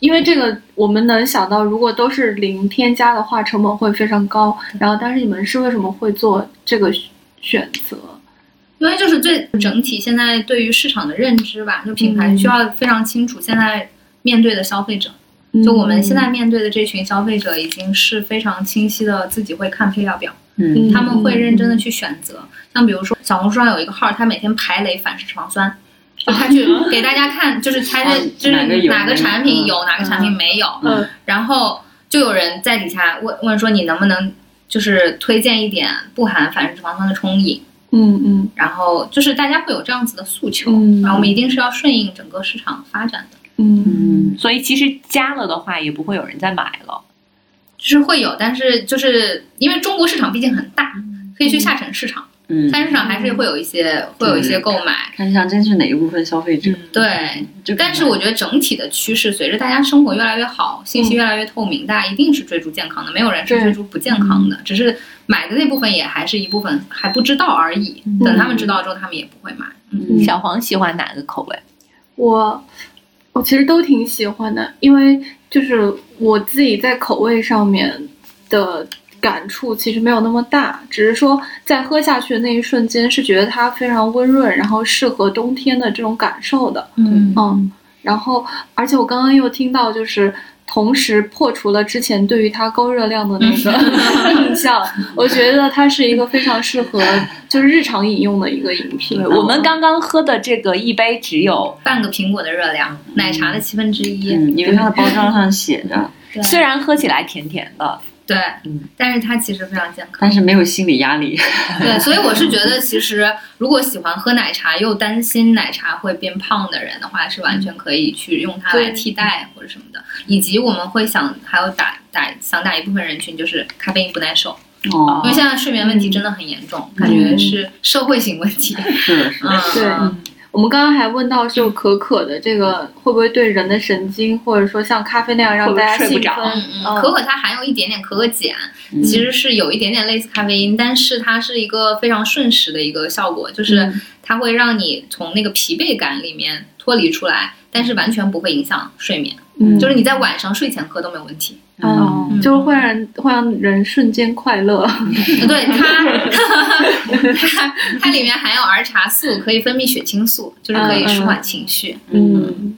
Speaker 4: 因为这个我们能想到，如果都是零添加的话，成本会非常高。然后，但是你们是为什么会做这个选选择？
Speaker 3: 因为就是最整体现在对于市场的认知吧，就品牌需要非常清楚现在面对的消费者，
Speaker 4: 嗯
Speaker 3: 就我们现在面对的这群消费者已经是非常清晰的，自己会看配料表，
Speaker 2: 嗯
Speaker 4: 嗯
Speaker 3: 他们会认真的去选择。像比如说小红书上有一个号，他每天排雷反式脂肪酸。就他去给大家看，就是他
Speaker 2: 啊
Speaker 3: 的就
Speaker 2: 哪个
Speaker 3: 是
Speaker 2: 有
Speaker 3: 哪个产品
Speaker 2: 嗯
Speaker 3: 有，哪个产品没有，
Speaker 4: 嗯
Speaker 3: 然后就有人在底下问问说你能不能就是推荐一点不含反式脂肪酸的冲饮，
Speaker 4: 嗯嗯
Speaker 3: 然后就是大家会有这样子的诉求，
Speaker 4: 嗯
Speaker 3: 然后我们一定是要顺应整个市场发展的，
Speaker 4: 嗯
Speaker 2: 嗯
Speaker 1: 所以其实加了的话，也不会有人再买了。
Speaker 3: 就是会有，但是就是因为中国市场毕竟很大，可以去下沉市场，
Speaker 2: 嗯，
Speaker 3: 下沉市场还是会有一些、会有一些购买，
Speaker 2: 看一下真是哪一部分消费者。
Speaker 3: 对。
Speaker 2: 就
Speaker 3: 嗯但是我觉得整体的趋势，随着大家生活越来越好，信息越来越透明，大家一定是追逐健康的，没有人是
Speaker 4: 对
Speaker 3: 追逐不健康的，只是买的那部分也还是一部分还不知道而已。等他们知道之后，他们也不会买。嗯，
Speaker 2: 嗯
Speaker 1: 小黄喜欢哪个口味？
Speaker 4: 我我其实都挺喜欢的，因为就是我自己在口味上面的感触其实没有那么大，只是说在喝下去的那一瞬间是觉得它非常温润，然后适合冬天的这种感受的。
Speaker 3: 嗯
Speaker 4: 嗯，然后而且我刚刚又听到就是。同时破除了之前对于它高热量的那个 印象，我觉得它是一个非常适合就是日常饮用的一个饮品。
Speaker 1: 我们刚刚喝的这个一杯只有，
Speaker 3: 半个苹果的热量，奶茶的七分之一。
Speaker 2: 嗯，因为它的包装上写着，
Speaker 3: 对
Speaker 1: 虽然喝起来甜甜的，
Speaker 3: 对
Speaker 1: 嗯，
Speaker 3: 但是它其实非常健 康。
Speaker 2: 但是没有心理压力。
Speaker 3: 对，所以我是觉得，其实如果喜欢喝奶茶又担心奶茶会变胖的人的话，是完全可以去用它来
Speaker 4: 对
Speaker 3: 替代或者什么的。以及我们会想，还有打打想打一部分人群，就是咖啡因不耐受，
Speaker 2: 哦
Speaker 3: 因为，现在睡眠问题真的很严重，感觉是社会性问题。
Speaker 2: 是的，是的。
Speaker 3: 嗯，
Speaker 4: 对
Speaker 3: 嗯
Speaker 4: 我们刚刚还问到，就可可的这个会不会对人的神经，或者说像咖啡那样让大家
Speaker 1: 会不会
Speaker 4: 兴
Speaker 1: 睡不着
Speaker 4: 奋？哦
Speaker 3: 嗯嗯，可可它含有一点点可可碱，
Speaker 2: 嗯
Speaker 3: 其实是有一点点类似咖啡因，但是它是一个非常瞬
Speaker 2: 嗯
Speaker 3: 时的一个效果，就是它会让你从那个疲惫感里面脱离出来，但是完全不会影响睡眠，
Speaker 2: 嗯
Speaker 3: 就是你在晚上睡前喝都没有问 题。
Speaker 4: 哦
Speaker 2: 嗯，
Speaker 4: 就会让会让人瞬间快乐。
Speaker 3: 对它，它它里面含有儿茶素，可以分泌血清素，就是可以舒缓情绪。
Speaker 2: 嗯，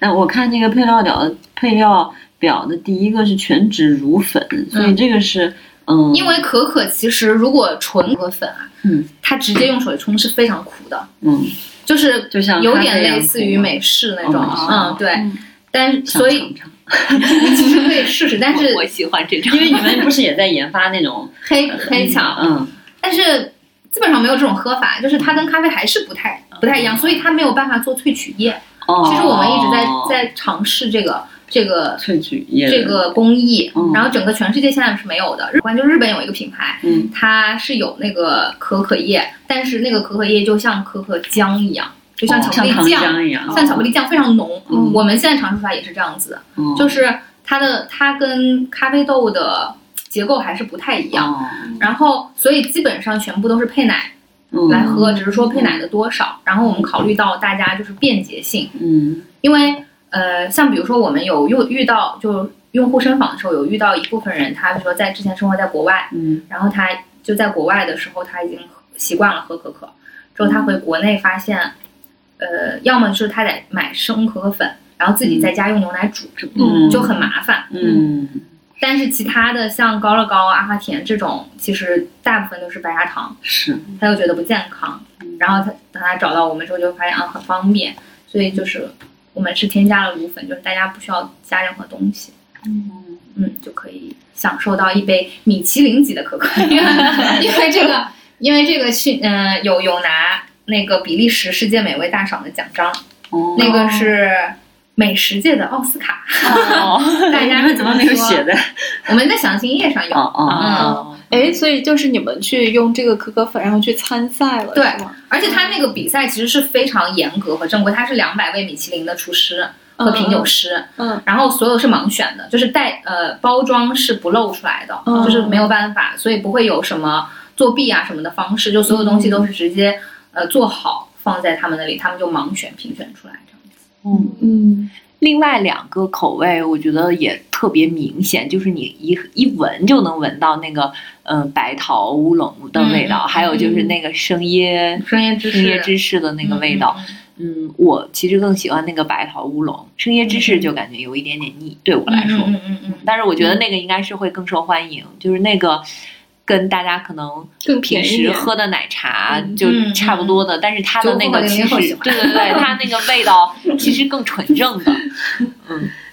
Speaker 2: 哎，我看这个配料表的配料表的第一个是全脂乳粉，所以这个是嗯，
Speaker 3: 因为可可其实如果纯可可粉啊，
Speaker 2: 嗯
Speaker 3: 它直接用水冲是非常苦的，
Speaker 2: 嗯，
Speaker 3: 就是
Speaker 2: 就像
Speaker 3: 有
Speaker 2: 咖啡
Speaker 3: 点
Speaker 2: 一样
Speaker 3: 类似于
Speaker 2: 苦吗
Speaker 3: 美式那种，
Speaker 2: 哦
Speaker 3: 嗯，对。但是所以
Speaker 2: 想尝尝
Speaker 3: 你 其实可以试试，但是
Speaker 1: 我喜欢这种
Speaker 2: 因，为你们不是也在研发那 种
Speaker 3: 黑黑巧，
Speaker 2: 嗯
Speaker 3: 但是基本上没有这种喝法，就是它跟咖啡还是不太不太一
Speaker 2: 嗯
Speaker 3: 样，所以它没有办法做萃取液。
Speaker 2: 哦，
Speaker 3: 其实我们一直在在尝试这个这个
Speaker 2: 萃取液
Speaker 3: 这个工艺
Speaker 2: 嗯，
Speaker 3: 然后整个全世界现在是没有的。日关就日本有一个品牌，
Speaker 2: 嗯
Speaker 3: 它是有那个可可液，但是那个可可液就像可可浆一样，就像巧
Speaker 2: 哦像
Speaker 3: 克
Speaker 2: 糖
Speaker 3: 力酱，
Speaker 2: 浆一样，
Speaker 3: 像巧克力酱非常浓。
Speaker 2: 嗯
Speaker 3: 我们现在尝试出来也是这样子的，
Speaker 2: 嗯
Speaker 3: 就是它的它跟咖啡豆的结构还是不太一样。
Speaker 2: 哦
Speaker 3: 然后，所以基本上全部都是配奶
Speaker 2: 嗯
Speaker 3: 来喝，只是说配奶的多少。然后我们考虑到大家就是便捷性，
Speaker 2: 嗯
Speaker 3: 因为呃，像比如说我们有遇遇到，就用户申访的时候有遇到一部分人，他比如说在之前生活在国外，
Speaker 2: 嗯
Speaker 3: 然后他就在国外的时候他已经习惯了喝可可，之后他回国内发现，呃，要么就是他得买生可可粉，然后自己在家用牛奶煮，
Speaker 2: 嗯
Speaker 3: 就很麻烦。
Speaker 2: 嗯
Speaker 3: 但是其他的像高乐高、阿华田这种，其实大部分都是白砂糖，
Speaker 2: 是
Speaker 3: 他又觉得不健康，然后他等他找到我们之后，就发现啊很方便，所以就是我们是添加了乳粉，就是大家不需要加任何东西，嗯，就可以享受到一杯米其林级的 可可，因为因为这个因为这个去嗯、呃、有有拿那个比利时世界美味大赏的奖章，
Speaker 2: 哦
Speaker 3: 那个是美食界的奥 斯卡，大
Speaker 2: 你
Speaker 3: 家
Speaker 2: 哎们怎 么没有写
Speaker 3: 的？
Speaker 2: 的？
Speaker 3: 我们在详情页上有，
Speaker 2: 哦哦
Speaker 3: 嗯
Speaker 1: 哦
Speaker 4: 哎，所以就是你们去用这个可可粉，然后去参赛了，
Speaker 3: 对
Speaker 4: 是吗？
Speaker 3: 而且他那个比赛其实是非常严格和正规，他是两百位米其林的厨师和品酒师。
Speaker 4: 嗯
Speaker 3: 然后所有是盲选的，就是带呃包装是不露出来的，
Speaker 4: 嗯
Speaker 3: 就是没有办法，所以不会有什么作弊啊什么的方式，就所有东西都是直接呃做好放在他们那里，他们就盲选评选出来这样子。
Speaker 1: 嗯。
Speaker 4: 嗯
Speaker 1: 另外两个口味，我觉得也特别明显，就是你一一闻就能闻到那个嗯、呃白桃乌龙的味道，
Speaker 3: 嗯嗯
Speaker 1: 还有就是那个生椰
Speaker 3: 深夜芝
Speaker 1: 生椰
Speaker 3: 士，
Speaker 1: 芝士的那个味道。
Speaker 3: 嗯，嗯
Speaker 1: 嗯，我其实更喜欢那个白桃乌龙，生椰芝士就感觉有一点点腻，对我
Speaker 3: 嗯
Speaker 1: 来说。
Speaker 3: 嗯嗯嗯嗯，
Speaker 1: 但是我觉得那个应该是会更受欢迎，就是那个跟大家可能
Speaker 4: 更
Speaker 1: 平
Speaker 4: 便宜一
Speaker 1: 时
Speaker 4: 点
Speaker 1: 喝的奶茶
Speaker 4: 嗯
Speaker 1: 就差不多的，但是它的那个
Speaker 3: 九五后
Speaker 1: 其
Speaker 3: 零
Speaker 1: 实
Speaker 3: 零后
Speaker 1: 对
Speaker 3: 喜欢
Speaker 1: 对对，它那个味道其实更纯正的。
Speaker 2: 哎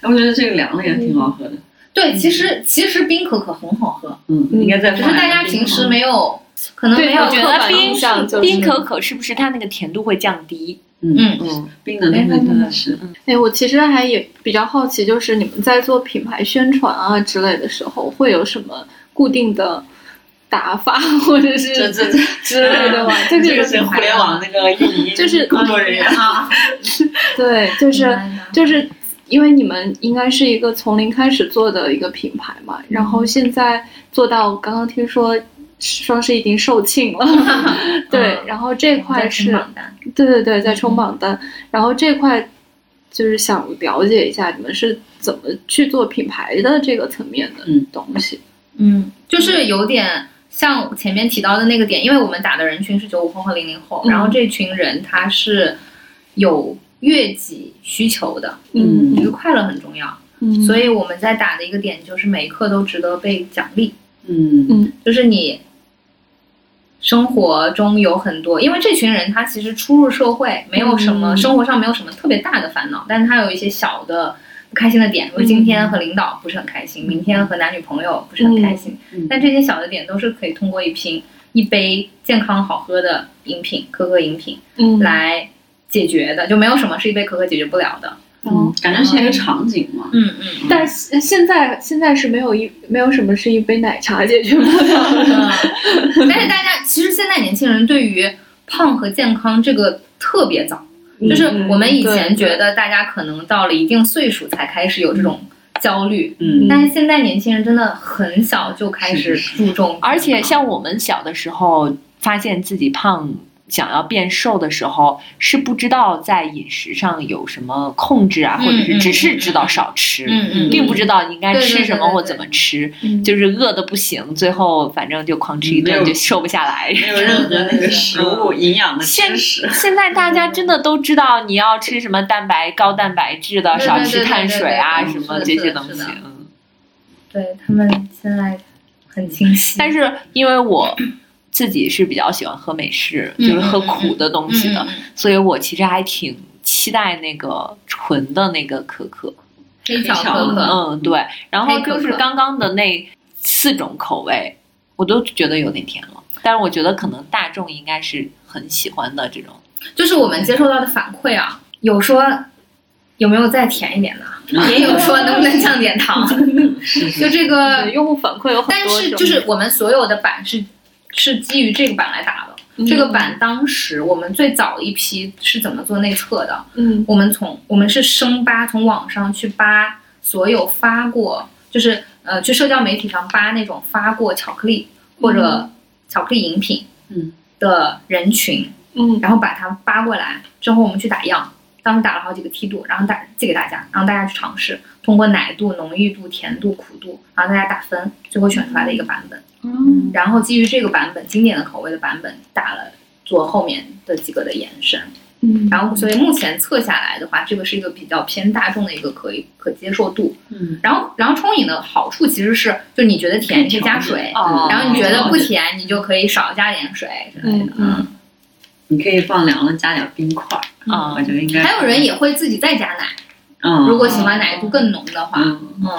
Speaker 2: 我觉得这个凉的也挺好喝的，
Speaker 3: 对，其实其实冰可可很好喝，
Speaker 2: 嗯，应该再
Speaker 3: 只
Speaker 2: 放
Speaker 3: 是
Speaker 2: 点
Speaker 3: 大家
Speaker 2: 冰
Speaker 3: 平时
Speaker 2: 糖
Speaker 3: 没有，可能
Speaker 4: 对
Speaker 3: 没有
Speaker 4: 我
Speaker 1: 我觉
Speaker 3: 刻
Speaker 1: 得
Speaker 3: 板
Speaker 1: 冰
Speaker 3: 印象。
Speaker 4: 象就是
Speaker 1: 冰可可是不是它那个甜度会降低？
Speaker 2: 嗯
Speaker 3: 嗯，
Speaker 1: 嗯，
Speaker 2: 冰的那个真的是
Speaker 4: 哎，我其实还也比较好奇，就是你们在做品牌宣传啊之类的时候，会有什么固定的打法或者是
Speaker 2: 这这这
Speaker 4: 之类的吗？就
Speaker 2: 这个
Speaker 4: 是
Speaker 2: 是互联网那个运营
Speaker 4: 就是
Speaker 2: 工作人员。
Speaker 3: 啊，
Speaker 4: 对，就是
Speaker 3: 明白
Speaker 4: 就是因为你们应该是一个从零开始做的一个品牌嘛，然后现在做到刚刚听说双十一已经售罄了， 对，然后这块是
Speaker 3: 嗯我们在拼榜嗯单
Speaker 4: 对对对，在冲榜单。然后这块就是想了解一下你们是怎么去做品牌的这个层面的
Speaker 2: 嗯
Speaker 4: 东西。
Speaker 3: 嗯，就是有点像前面提到的那个点，因为我们打的人群是九五后和零零后，
Speaker 4: 嗯
Speaker 3: 然后这群人他是有悦己需求的，
Speaker 2: 嗯
Speaker 3: 觉得快乐很重要，
Speaker 4: 嗯
Speaker 3: 所以我们在打的一个点就是每一刻都值得被奖励，
Speaker 2: 嗯
Speaker 3: 就是你生活中有很多，因为这群人他其实初入社会，没有什么、
Speaker 4: 嗯
Speaker 3: 生活上没有什么特别大的烦恼，但是他有一些小的不开心的点，比如今天和领导不是很开心，明天和男女朋友不是很开心，
Speaker 2: 嗯
Speaker 3: 但这些小的点都是可以通过一瓶一杯健康好喝的饮品可可饮品
Speaker 4: 嗯，
Speaker 3: 来解决的，就没有什么是一杯可可解决不了的。
Speaker 4: 嗯
Speaker 2: 嗯，感觉是一个场景嘛。
Speaker 3: 嗯嗯。
Speaker 4: 但是呃现在现在是没有一没有什么是一杯奶茶解决不了的。
Speaker 3: 嗯， 但是大家其实现在年轻人对于胖和健康这个特别早，
Speaker 2: 嗯
Speaker 3: 就是我们以前觉得大家可能到了一定岁数才开始有这种焦虑，
Speaker 2: 嗯
Speaker 3: 但是现在年轻人真的很小就开始注重健康，
Speaker 1: 而且像我们小的时候，发现自己胖想要变瘦的时候，是不知道在饮食上有什么控制啊，
Speaker 3: 嗯
Speaker 1: 或者是
Speaker 3: 嗯
Speaker 1: 只
Speaker 3: 嗯
Speaker 1: 是知道少吃，
Speaker 3: 嗯嗯，
Speaker 1: 并不知道你应该
Speaker 3: 对对
Speaker 1: 吃
Speaker 3: 对
Speaker 1: 什么
Speaker 3: 对
Speaker 1: 或
Speaker 3: 对
Speaker 1: 怎么吃，
Speaker 4: 嗯
Speaker 1: 就是饿的不行，最后反正就狂吃一
Speaker 2: 没有
Speaker 1: 顿就瘦不下来。
Speaker 2: 没有任何那个食物营养的知识。
Speaker 1: 现在大家真的都知道你要吃什么蛋白、高蛋白质的，
Speaker 3: 对
Speaker 1: 少
Speaker 3: 对对
Speaker 1: 吃
Speaker 3: 对
Speaker 1: 碳
Speaker 3: 对
Speaker 1: 水
Speaker 3: 对
Speaker 1: 啊，
Speaker 3: 嗯
Speaker 1: 什
Speaker 3: 是
Speaker 1: 么
Speaker 3: 的
Speaker 1: 这
Speaker 3: 是
Speaker 1: 些
Speaker 3: 的
Speaker 1: 东
Speaker 3: 是
Speaker 1: 西
Speaker 3: 的。
Speaker 1: 嗯
Speaker 3: 对他们现在很清晰，
Speaker 1: 嗯但是因为我自己是比较喜欢喝美式，
Speaker 3: 嗯
Speaker 1: 就是喝苦的东西的，
Speaker 3: 嗯嗯嗯
Speaker 1: 所以我其实还挺期待那个纯的那个可可。
Speaker 3: 黑巧
Speaker 2: 巧
Speaker 3: 可
Speaker 2: 克
Speaker 3: 可，
Speaker 1: 嗯，对。然后
Speaker 3: 黑可
Speaker 1: 就
Speaker 3: 可
Speaker 1: 是刚刚的那四种口味，我都觉得有点甜了，但是我觉得可能大众应该是很喜欢的这种。
Speaker 3: 就是我们接受到的反馈啊，有说有没有再甜一点的， 也有说能不能降点糖， 就这个
Speaker 4: 对，用户反馈有很
Speaker 3: 但
Speaker 4: 多
Speaker 3: 是
Speaker 4: 种，
Speaker 3: 就是我们所有的版是是基于这个版来打的。这个
Speaker 4: 嗯
Speaker 3: 版当时我们最早一批是怎么做内测的？
Speaker 4: 嗯，
Speaker 3: 我们从我们是生扒，从网上去扒所有发过，就是呃去社交媒体上扒那种发过巧克力或
Speaker 4: 嗯
Speaker 3: 者巧克力饮品
Speaker 2: 嗯
Speaker 3: 的人群，
Speaker 4: 嗯
Speaker 3: 然后把它扒过来之后，我们去打样。当时打了好几个梯度，然后大寄给大家，让大家去尝试，通过奶度、浓郁度、甜度、苦度，然后大家打分，最后选出来的一个版本。
Speaker 4: 嗯
Speaker 3: 然后基于这个版本经典的口味的版本，打了做后面的几个的延伸。
Speaker 4: 嗯，
Speaker 3: 然后，所以目前测下来的话，这个是一个比较偏大众的一个可以可接受度。
Speaker 2: 嗯，
Speaker 3: 然后，然后冲饮的好处其实是，就你觉得甜，你可以加水；
Speaker 1: 哦
Speaker 3: 然后你觉得不
Speaker 2: 可以调节，
Speaker 3: 甜，你就可以少加点水之类的
Speaker 4: 嗯。嗯
Speaker 2: 你可以放凉了加点冰块儿，
Speaker 1: 嗯
Speaker 2: 我觉得应该。
Speaker 3: 还有人也会自己再加奶，
Speaker 2: 嗯，
Speaker 3: 如果喜欢奶度更浓的话，
Speaker 2: 嗯
Speaker 3: 嗯，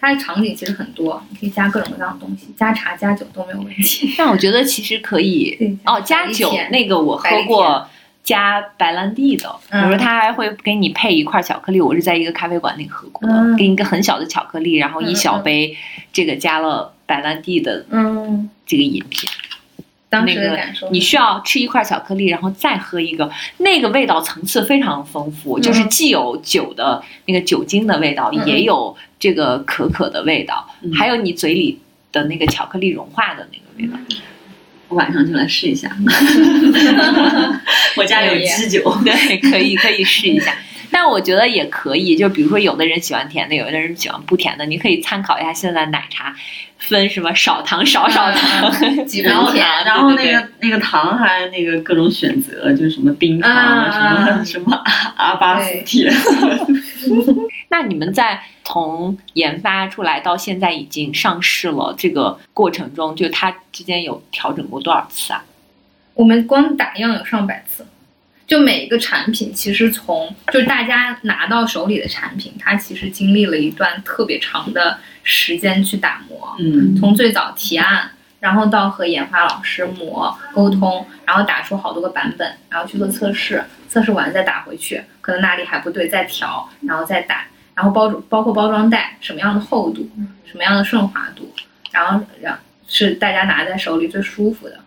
Speaker 3: 它的场景其实很多，你可以加各种各样的东西，加茶加酒都没有 问题。
Speaker 1: 但我觉得其实可以
Speaker 3: 对
Speaker 1: 哦，加酒
Speaker 3: 甜
Speaker 1: 那个我喝
Speaker 3: 百
Speaker 1: 过。加白兰地的，
Speaker 3: 嗯
Speaker 1: 比如他还会给你配一块巧克力，我是在一个咖啡馆里喝过的，
Speaker 3: 嗯
Speaker 1: 给你一个很小的巧克力，然后一小杯，这个加了白兰地的
Speaker 3: 嗯，
Speaker 1: 这个饮品，
Speaker 3: 当时的感受，
Speaker 1: 你需要吃一块巧克力，然后再喝一个，那个味道层次非常丰富，
Speaker 3: 嗯
Speaker 1: 就是既有酒的那个酒精的味道，
Speaker 3: 嗯
Speaker 1: 也有这个可可的味道，
Speaker 2: 嗯
Speaker 1: 还有你嘴里的那个巧克力融化的那个味道。
Speaker 2: 我晚上就来试一下。 我家有基酒，
Speaker 1: 对，可以可以试一下。但我觉得也可以，就比如说有的人喜欢甜的，有的人喜欢不甜的，你可以参考一下现在奶茶分什么少糖、少少
Speaker 4: 嗯
Speaker 1: 糖。
Speaker 3: 几分
Speaker 2: 然后
Speaker 3: 甜，
Speaker 2: 然后那个那个糖还那个各种选择，就是什么冰糖
Speaker 3: 啊
Speaker 2: 啊，什
Speaker 3: 啊
Speaker 2: 么什么阿巴斯甜，
Speaker 1: 那你们在从研发出来到现在已经上市了这个过程中，就它之间有调整过多少次啊？
Speaker 3: 我们光打样有上百次，就每一个产品，其实从就是大家拿到手里的产品，它其实经历了一段特别长的时间去打磨，
Speaker 2: 嗯，
Speaker 3: 从最早提案，然后到和研发老师磨沟通，然后打出好多个版本，然后去做测试，测试完再打回去，可能哪里还不对再调，然后再打，然后包包括包装袋什么样的厚度，什么样的顺滑度，然后让是大家拿在手里最舒服的。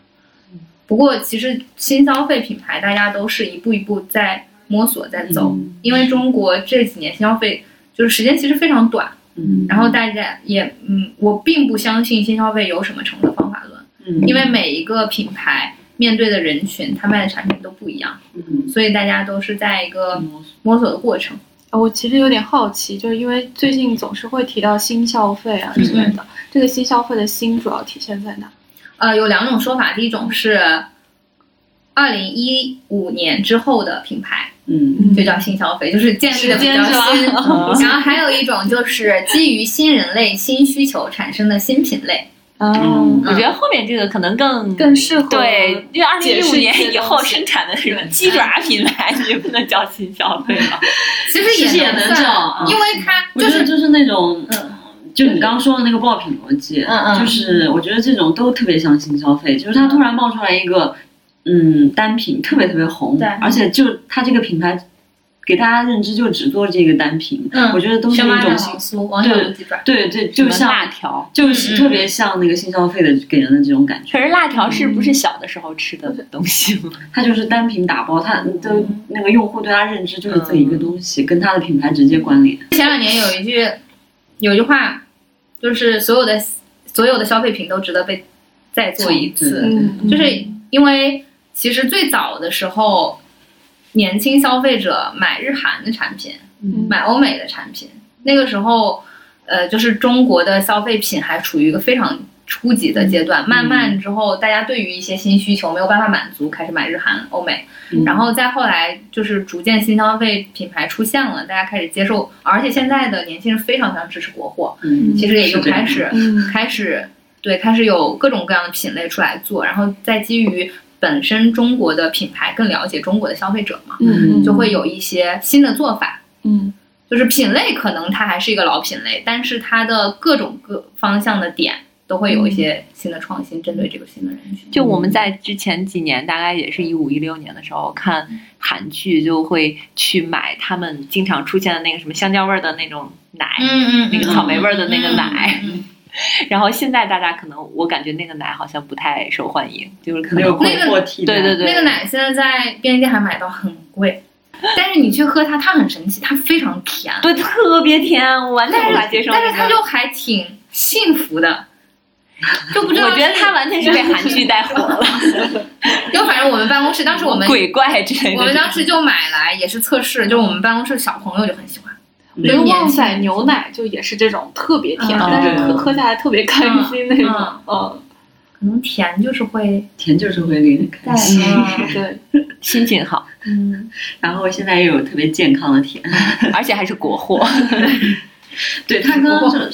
Speaker 3: 不过其实新消费品牌大家都是一步一步在摸索在走，
Speaker 2: 嗯
Speaker 3: 因为中国这几年新消费就是时间其实非常短。
Speaker 2: 嗯
Speaker 3: 然后大家也，嗯，我并不相信新消费有什么成本方法论，
Speaker 2: 嗯
Speaker 3: 因为每一个品牌面对的人群，他卖的产品都不一样，
Speaker 2: 嗯
Speaker 3: 所以大家都是在一个摸索的过程。
Speaker 4: 啊我其实有点好奇，就是因为最近总是会提到新消费啊之类的，这个新消费的“新”主要体现在哪？
Speaker 3: 呃，有两种说法，第一种是二零一五年之后的品牌
Speaker 2: 嗯
Speaker 3: 就叫新消费，就是建立的比较
Speaker 4: 时间
Speaker 3: 新。
Speaker 4: 是吧
Speaker 2: 嗯
Speaker 3: 然后还有一种就是基于新人类新需求产生的新品类，
Speaker 4: 嗯
Speaker 2: 嗯
Speaker 1: 我觉得后面这个可能更
Speaker 4: 更适合
Speaker 1: 对，因为二零
Speaker 4: 解
Speaker 1: 一五
Speaker 4: 释一些
Speaker 1: 年以后
Speaker 4: 东西
Speaker 1: 生产的什么鸡爪品牌，你就不能叫新消费了。
Speaker 3: 其实
Speaker 2: 其实
Speaker 3: 也
Speaker 2: 也能
Speaker 3: 算，
Speaker 2: 叫嗯
Speaker 3: 因为它
Speaker 2: 我
Speaker 3: 就
Speaker 2: 觉得
Speaker 3: 是
Speaker 2: 就是那种，
Speaker 3: 嗯
Speaker 2: 就你刚刚说的那个爆品逻辑，
Speaker 3: 嗯嗯
Speaker 2: 就是我觉得这种都特别像新消费，就是它突然冒出来一个，嗯，单品特别特别红，
Speaker 3: 对
Speaker 2: 而且就它这个品牌给大家认知就只做这个单品，
Speaker 3: 嗯
Speaker 2: 我觉得都是
Speaker 3: 全
Speaker 2: 一
Speaker 3: 妈
Speaker 2: 种
Speaker 3: 蛋
Speaker 2: 新
Speaker 3: 黄，酥、王小卤鸡爪，
Speaker 2: 对对，就
Speaker 1: 什么辣
Speaker 2: 像
Speaker 1: 条，
Speaker 2: 就是
Speaker 3: 嗯嗯
Speaker 2: 特别像那个新消费的给人的这种感觉，
Speaker 1: 可是辣条是
Speaker 4: 嗯
Speaker 1: 不是小的时候吃的东西吗？
Speaker 2: 它就是单品打包，它
Speaker 3: 嗯
Speaker 2: 的那个用户对它认知就是这一个东西，跟它的品牌直接关联，
Speaker 3: 前两年有一句有一句话，就是所有的所有的消费品都值得被再做一次，
Speaker 4: 嗯，
Speaker 3: 就是因为其实最早的时候，年轻消费者买日韩的产品，
Speaker 4: 嗯
Speaker 3: 买欧美的产品，那个时候，呃，就是中国的消费品还处于一个非常初级的阶
Speaker 2: 嗯
Speaker 3: 段，慢慢之后，大家对于一些新需求没有办法满足，开始买日韩、欧美，
Speaker 2: 嗯
Speaker 3: 然后再后来就是逐渐新消费品牌出现了，大家开始接受，而且现在的年轻人非常非常支持国货，
Speaker 2: 嗯
Speaker 3: 其实也
Speaker 2: 是
Speaker 3: 就
Speaker 2: 这样
Speaker 3: 开始
Speaker 4: 嗯
Speaker 3: 开始对开始有各种各样的品类出来做，然后再基于本身中国的品牌更了解中国的消费者嘛，
Speaker 4: 嗯
Speaker 3: 就会有一些新的做法。
Speaker 4: 嗯
Speaker 3: 就是品类可能它还是一个老品类，但是它的各种各方向的点都会有一些新的创新，针对这个新的人群。
Speaker 1: 嗯就我们在之前几年，大概也是一五一六年的时候看韩剧，就会去买他们经常出现的那个什么香蕉味儿的那种奶，
Speaker 3: 嗯嗯，
Speaker 1: 那个草莓味儿的那个奶。
Speaker 3: 嗯嗯嗯
Speaker 1: 然后现在大家可能我感觉那个奶好像不太受欢迎，就是可
Speaker 2: 没
Speaker 1: 能
Speaker 2: 有
Speaker 1: 会
Speaker 2: 困惑替代，
Speaker 1: 对对对
Speaker 3: 那个奶现在在便利店还买到很贵，但是你去喝它，它很神奇，它非常甜，
Speaker 1: 对特别甜，我完全无法接受。
Speaker 3: 但是它就还挺幸福的，就不知道
Speaker 1: 我觉得
Speaker 3: 是
Speaker 1: 它完全是被韩剧带火 了，
Speaker 3: 就反正我们办公室当时我们
Speaker 1: 鬼怪之类的。
Speaker 3: 我们当时就买来也是测试，就是我们办公室小朋友就很喜欢，
Speaker 2: 嗯
Speaker 4: 跟旺仔牛奶就也是这种特别甜，
Speaker 3: 嗯
Speaker 4: 但是喝
Speaker 2: 嗯
Speaker 4: 喝下来特别开心那种。嗯，
Speaker 3: 可能甜就是会
Speaker 2: 甜就是会令人开心。
Speaker 3: 嗯
Speaker 4: 对，
Speaker 1: 心情好，
Speaker 3: 嗯。
Speaker 2: 然后现在又有特别健康的 甜，
Speaker 1: 而且还是国货。
Speaker 2: 对它跟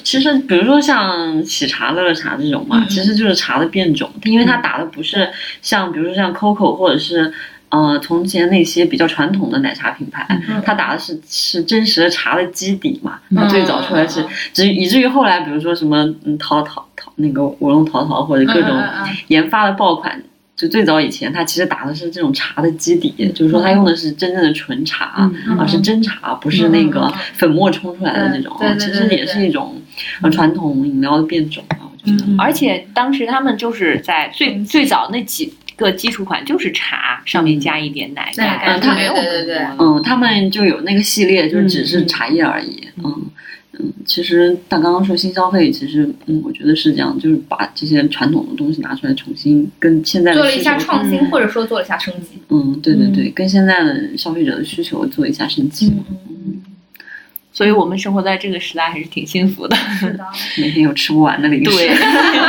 Speaker 2: 其实比如说像喜茶、乐乐茶这种嘛，
Speaker 3: 嗯嗯嗯
Speaker 2: 其实就是茶的变种，因为它打的不是像比如说像 COCO 或者是。呃，从前那些比较传统的奶茶品牌，
Speaker 3: 嗯
Speaker 2: 它打的是是真实的茶的基底嘛。它
Speaker 3: 嗯
Speaker 2: 最早出来是，至于以至于后来，比如说什么嗯淘淘淘那个五龙淘淘或者各种
Speaker 3: 嗯嗯嗯嗯
Speaker 2: 研发的爆款，就最早以前它其实打的是这种茶的基底，就是说它用的是真正的纯茶，
Speaker 3: 嗯
Speaker 2: 啊，是真茶，不是那
Speaker 3: 嗯嗯
Speaker 2: 个
Speaker 3: 嗯嗯
Speaker 2: 粉末冲出来的这种啊
Speaker 3: 对，对
Speaker 2: 其
Speaker 3: 对
Speaker 2: 实
Speaker 3: 对
Speaker 2: 也是一种呃传统饮料的变种啊吧，我觉得。
Speaker 3: 嗯
Speaker 1: 而且当时他们就是在最
Speaker 3: 嗯
Speaker 1: 最早那几个基础款就是茶上面
Speaker 2: 嗯
Speaker 1: 加一点奶
Speaker 3: 奶
Speaker 1: 盖，
Speaker 2: 盖对
Speaker 1: 没有
Speaker 3: 对
Speaker 1: 更
Speaker 3: 对
Speaker 1: 多
Speaker 3: 对
Speaker 1: 了
Speaker 2: 嗯，他们就有那个系列，就是只
Speaker 3: 嗯
Speaker 2: 是茶叶而已。
Speaker 1: 嗯
Speaker 2: 嗯嗯，其实他刚刚说新消费，其实嗯，我觉得是这样，就是把这些传统的东西拿出来重新跟现在的
Speaker 3: 做了一
Speaker 2: 需
Speaker 3: 下
Speaker 2: 求
Speaker 3: 创新，
Speaker 1: 嗯
Speaker 3: 或者说做了一下升级。
Speaker 2: 嗯，对对对，跟现在的消费者的需求做一下升级，
Speaker 3: 嗯，
Speaker 1: 所以我们生活在这个时代还是挺幸福的。
Speaker 3: 是的。
Speaker 2: 每天有吃不完的零食。
Speaker 1: 对，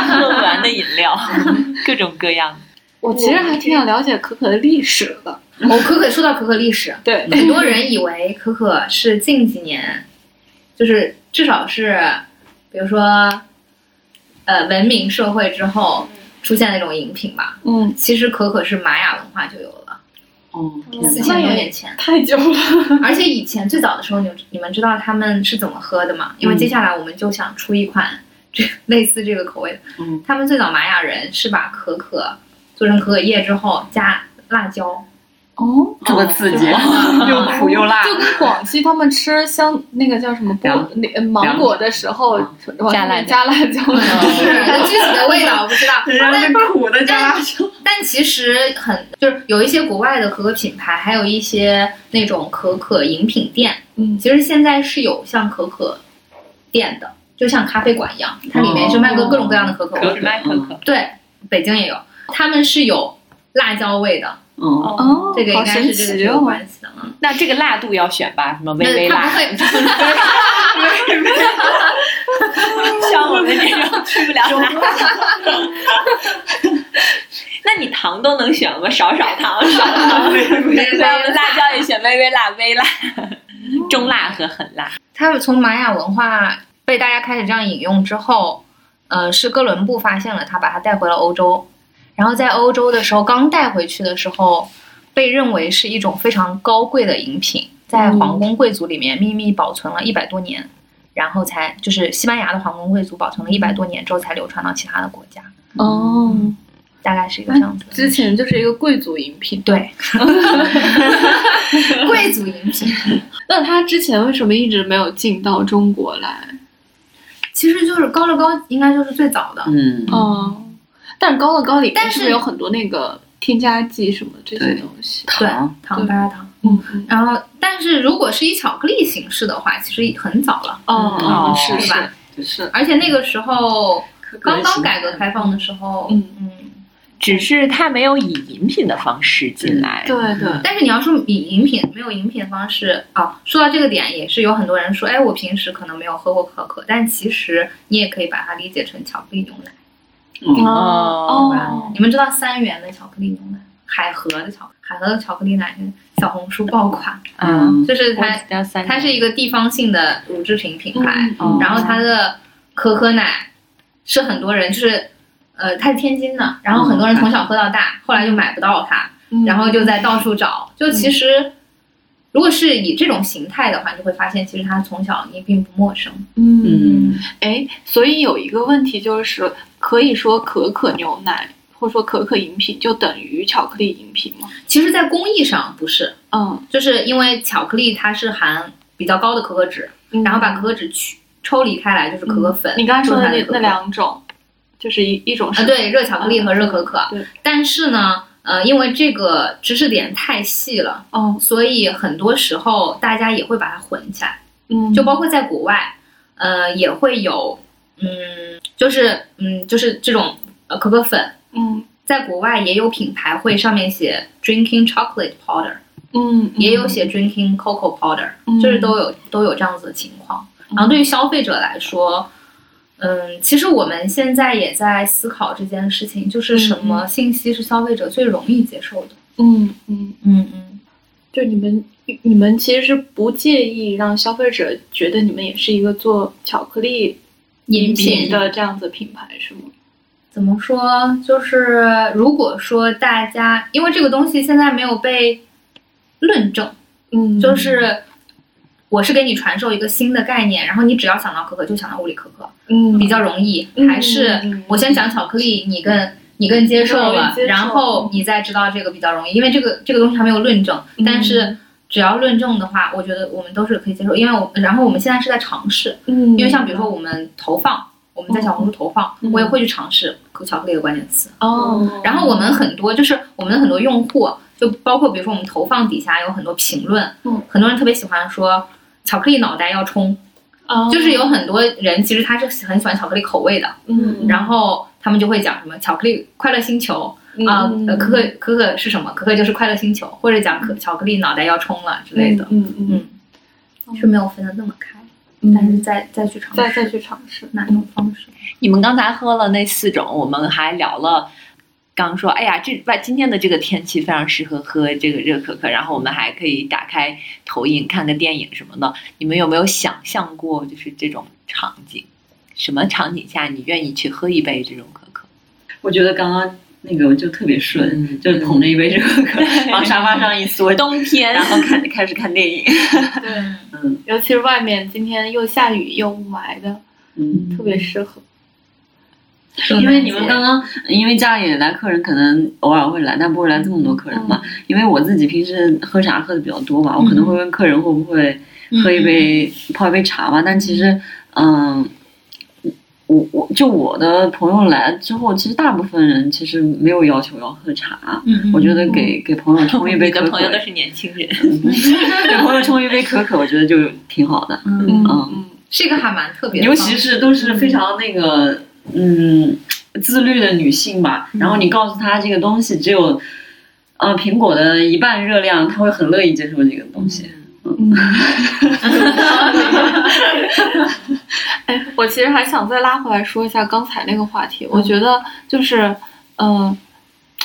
Speaker 1: 喝不完的饮料，
Speaker 3: 嗯
Speaker 1: 各种各样。
Speaker 4: 我其实还挺想了解可可的历史的。
Speaker 3: 我哦可可说到可可历史，
Speaker 4: 对，
Speaker 3: 很多人以为可可是近几年，就是至少是，比如说，呃，文明社会之后出现的一种饮品吧。
Speaker 4: 嗯，
Speaker 3: 其实可可是玛雅文化就有了，
Speaker 2: 哦，
Speaker 3: 四
Speaker 2: 天哪
Speaker 3: 千多年前。
Speaker 4: 太久了。
Speaker 3: 而且以前最早的时候，你你们知道他们是怎么喝的吗？因为接下来我们就想出一款这类似这个口味的。
Speaker 2: 嗯
Speaker 3: 他们最早玛雅人是把可可做成可可叶之后加辣椒，
Speaker 4: 哦，
Speaker 2: 这么刺 激，又
Speaker 3: 嗯
Speaker 2: 苦又 辣，
Speaker 4: 就跟广西他们吃香那个叫什么菠
Speaker 2: 凉
Speaker 4: 那呃芒果的时候
Speaker 2: 凉，
Speaker 4: 往上面加辣椒
Speaker 3: 不是具体的味道我不知道，
Speaker 2: 然 后
Speaker 3: 但
Speaker 2: 那苦的加辣椒。
Speaker 3: 但其实很就是有一些国外的可可品牌，还有一些那种可可饮品店，
Speaker 4: 嗯，
Speaker 3: 其实现在是有像可可店的，就像咖啡馆一样，它里面是卖各各种各样的可可味
Speaker 1: 我只卖可可，
Speaker 3: 对，北京也有，他们是有辣椒味的，
Speaker 2: 嗯，
Speaker 4: 哦，
Speaker 3: 这个应
Speaker 4: 好
Speaker 3: 该
Speaker 4: 神
Speaker 3: 是这个是
Speaker 4: 奇
Speaker 3: 有
Speaker 4: 哦。
Speaker 3: 关系的。嗯，
Speaker 1: 那这个辣度要选吧，什么微微
Speaker 3: 那它
Speaker 1: 辣
Speaker 3: 不，会，
Speaker 1: 像我们这种吃不了辣。 那你糖都能选吗？少少糖，少 糖。那我们辣椒也选微微辣、微辣、
Speaker 3: 哦
Speaker 1: 中辣和很辣。
Speaker 3: 它是从玛雅文化被大家开始这样引用之后，呃，是哥伦布发现了它，把它带回了欧洲。然后在欧洲的时候，刚带回去的时候，被认为是一种非常高贵的饮品，在皇宫贵族里面秘密保存了一百多年，然后才就是西班牙的皇宫贵族保存了一百多年之后才流传到其他的国家，
Speaker 4: 哦，
Speaker 3: 大概是一个这样子的。
Speaker 4: 之前就是一个贵族饮品。
Speaker 3: 对， 贵族饮品
Speaker 4: 那它之前为什么一直没有进到中国来？
Speaker 3: 其实就是高乐高，应该就是最早的。
Speaker 2: 嗯，
Speaker 4: 哦，但高乐高里面
Speaker 3: 但
Speaker 4: 是
Speaker 3: 是
Speaker 4: 不是有很多那个添加剂什么这些
Speaker 2: 对
Speaker 4: 东西？
Speaker 3: 对
Speaker 2: 糖，
Speaker 3: 糖八糖。
Speaker 4: 嗯嗯
Speaker 3: 然后，但是如果是以巧克力形式的话，其实很早了，
Speaker 4: 哦
Speaker 1: 哦
Speaker 4: 是
Speaker 3: 是吧？
Speaker 4: 是是，
Speaker 3: 而且那个时候
Speaker 2: 可可
Speaker 3: 刚
Speaker 2: 的形
Speaker 3: 刚
Speaker 2: 态
Speaker 3: 改革开放的时候，
Speaker 4: 嗯
Speaker 3: 嗯，
Speaker 1: 只是它没有以饮品的方式进来。
Speaker 4: 对对，
Speaker 3: 但是你要说以饮品没有饮品方式啊，说到这个点也是有很多人说，哎，我平时可能没有喝过可可，但其实你也可以把它理解成巧克力牛奶。
Speaker 2: 嗯
Speaker 1: 哦
Speaker 4: 哦，
Speaker 3: 你们知道三元的巧克力牛奶，海河的巧海河的巧克力奶小红书爆款，
Speaker 1: 嗯，
Speaker 3: 就是它
Speaker 1: 它
Speaker 3: 它是一个地方性的乳制品品牌，
Speaker 1: 嗯
Speaker 3: 然
Speaker 4: 哦
Speaker 3: 后它的可可奶是很多人就是。呃，它是天津的，然后很多人从小喝到大，后来就买不到它，
Speaker 4: 哦嗯
Speaker 3: 然后就在到处找。就其实，如果是以这种形态的话，你会发现其实它从小你并不陌生。
Speaker 4: 嗯，
Speaker 1: 嗯，
Speaker 4: 哎，所以有一个问题就是，可以说可可牛奶或者说可可饮品就等于巧克力饮品吗？
Speaker 3: 其实，在工艺上不是，
Speaker 4: 嗯，
Speaker 3: 就是因为巧克力它是含比较高的可可脂，
Speaker 4: 嗯
Speaker 3: 然后把可可脂去抽离开来，就是可可粉。
Speaker 4: 你刚才说的
Speaker 3: 中
Speaker 4: 那
Speaker 3: 间可可
Speaker 4: 那两种，就是一一种
Speaker 3: 啊，
Speaker 4: 是
Speaker 3: 对，热巧克力和热可可。
Speaker 4: 对
Speaker 3: 但是呢，呃，因为这个知识点太细了，
Speaker 4: 嗯
Speaker 3: 所以很多时候大家也会把它混起来，
Speaker 4: 嗯，
Speaker 3: 就包括在国外，呃，也会有，嗯，就是嗯，就是这种呃可可粉。
Speaker 4: 嗯
Speaker 3: 在国外也有品牌会上面写 drinking chocolate powder，、
Speaker 4: 嗯
Speaker 3: 也有写 drinking cocoa powder，、
Speaker 4: 嗯
Speaker 3: 就是都有都有这样子的情况。然后对于消费者来说，嗯，其实我们现在也在思考这件事情，就是什么信息是消费者最容易接受的。
Speaker 4: 嗯嗯，
Speaker 3: 嗯嗯，
Speaker 4: 就你们你们其实是不介意让消费者觉得你们也是一个做巧克力
Speaker 3: 饮
Speaker 4: 品
Speaker 3: 品
Speaker 4: 的这样子品牌是吗？
Speaker 3: 怎么说？就是如果说大家，因为这个东西现在没有被论证，
Speaker 4: 嗯
Speaker 3: 就是我是给你传授一个新的概念，然后你只要想到可可就想到物理可可，
Speaker 4: 嗯
Speaker 3: 比较容易，
Speaker 4: 嗯
Speaker 3: 还是
Speaker 4: 嗯嗯嗯
Speaker 3: 我先讲巧克力，你更你更接受了，
Speaker 4: 更容易接受
Speaker 3: 然后你再知道这个比较容易，因为这个这个东西还没有论证，
Speaker 4: 嗯
Speaker 3: 但是只要论证的话，我觉得我们都是可以接受，因为我然后我们现在是在尝试，
Speaker 4: 嗯，
Speaker 3: 因为像比如说我们投放，我们在小红书投放，
Speaker 4: 嗯
Speaker 3: 我也会去尝试可巧克力的关键词，
Speaker 4: 哦，
Speaker 3: 然后我们很多就是我们很多用户，就包括比如说我们投放底下有很多评论，
Speaker 4: 嗯
Speaker 3: 很多人特别喜欢说巧克力脑袋要冲，
Speaker 4: 哦
Speaker 3: 就是有很多人其实他是很喜欢巧克力口味的。
Speaker 4: 嗯，
Speaker 3: 然后他们就会讲什么巧克力快乐星球
Speaker 4: 嗯
Speaker 3: 啊、
Speaker 4: 嗯
Speaker 3: 呃，可可可可是什么？可可就是快乐星球，或者讲可巧克力脑袋要冲了之类的。
Speaker 4: 嗯嗯
Speaker 3: 嗯，是没有分得那么开，
Speaker 4: 嗯，
Speaker 3: 但是再再去尝
Speaker 4: 再
Speaker 3: 试
Speaker 4: 再去尝试，
Speaker 3: 哪种方式？
Speaker 1: 你们刚才喝了那四种，我们还聊了。刚说，哎呀，这外今天的这个天气非常适合喝这个热可可，然后我们还可以打开投影看个电影什么的。你们有没有想象过，就是这种场景，什么场景下你愿意去喝一杯这种可可？
Speaker 2: 我觉得刚刚那个就特别顺，
Speaker 1: 嗯
Speaker 2: 就是捧着一杯热可可往沙发上一缩，
Speaker 1: 冬天
Speaker 2: 然，后看开始看电影。
Speaker 4: 对，
Speaker 2: 嗯
Speaker 4: 尤其是外面今天又下雨又雾霾的，
Speaker 2: 嗯，
Speaker 4: 特别适合。
Speaker 2: 因为你们刚刚，因为家里来客人可能偶尔会来，但不会来这么多客人嘛。因为我自己平时喝茶喝的比较多嘛，我可能会问客人会不会喝一杯、泡一杯茶吧。但其实，嗯，我我就我的朋友来之后，其实大部分人其实没有要求要喝茶。
Speaker 3: 嗯，嗯，
Speaker 2: 我觉得给给朋友冲一杯
Speaker 1: 你
Speaker 2: 可
Speaker 1: 的
Speaker 2: 可，
Speaker 1: 朋友都是年轻 人，
Speaker 2: 给朋友冲一杯可可，我觉得就挺好的。
Speaker 3: 嗯，
Speaker 4: 嗯
Speaker 3: 是一个还蛮特别 的
Speaker 2: 尤
Speaker 3: 方式，
Speaker 2: 其是都是非常那个嗯自律的女性吧，然后你告诉她这个东西只有呃苹果的一半热量，她会很乐意接受这个东西。
Speaker 4: 嗯。 哎，我其实还想再拉回来说一下刚才那个话题。我觉得就是，嗯、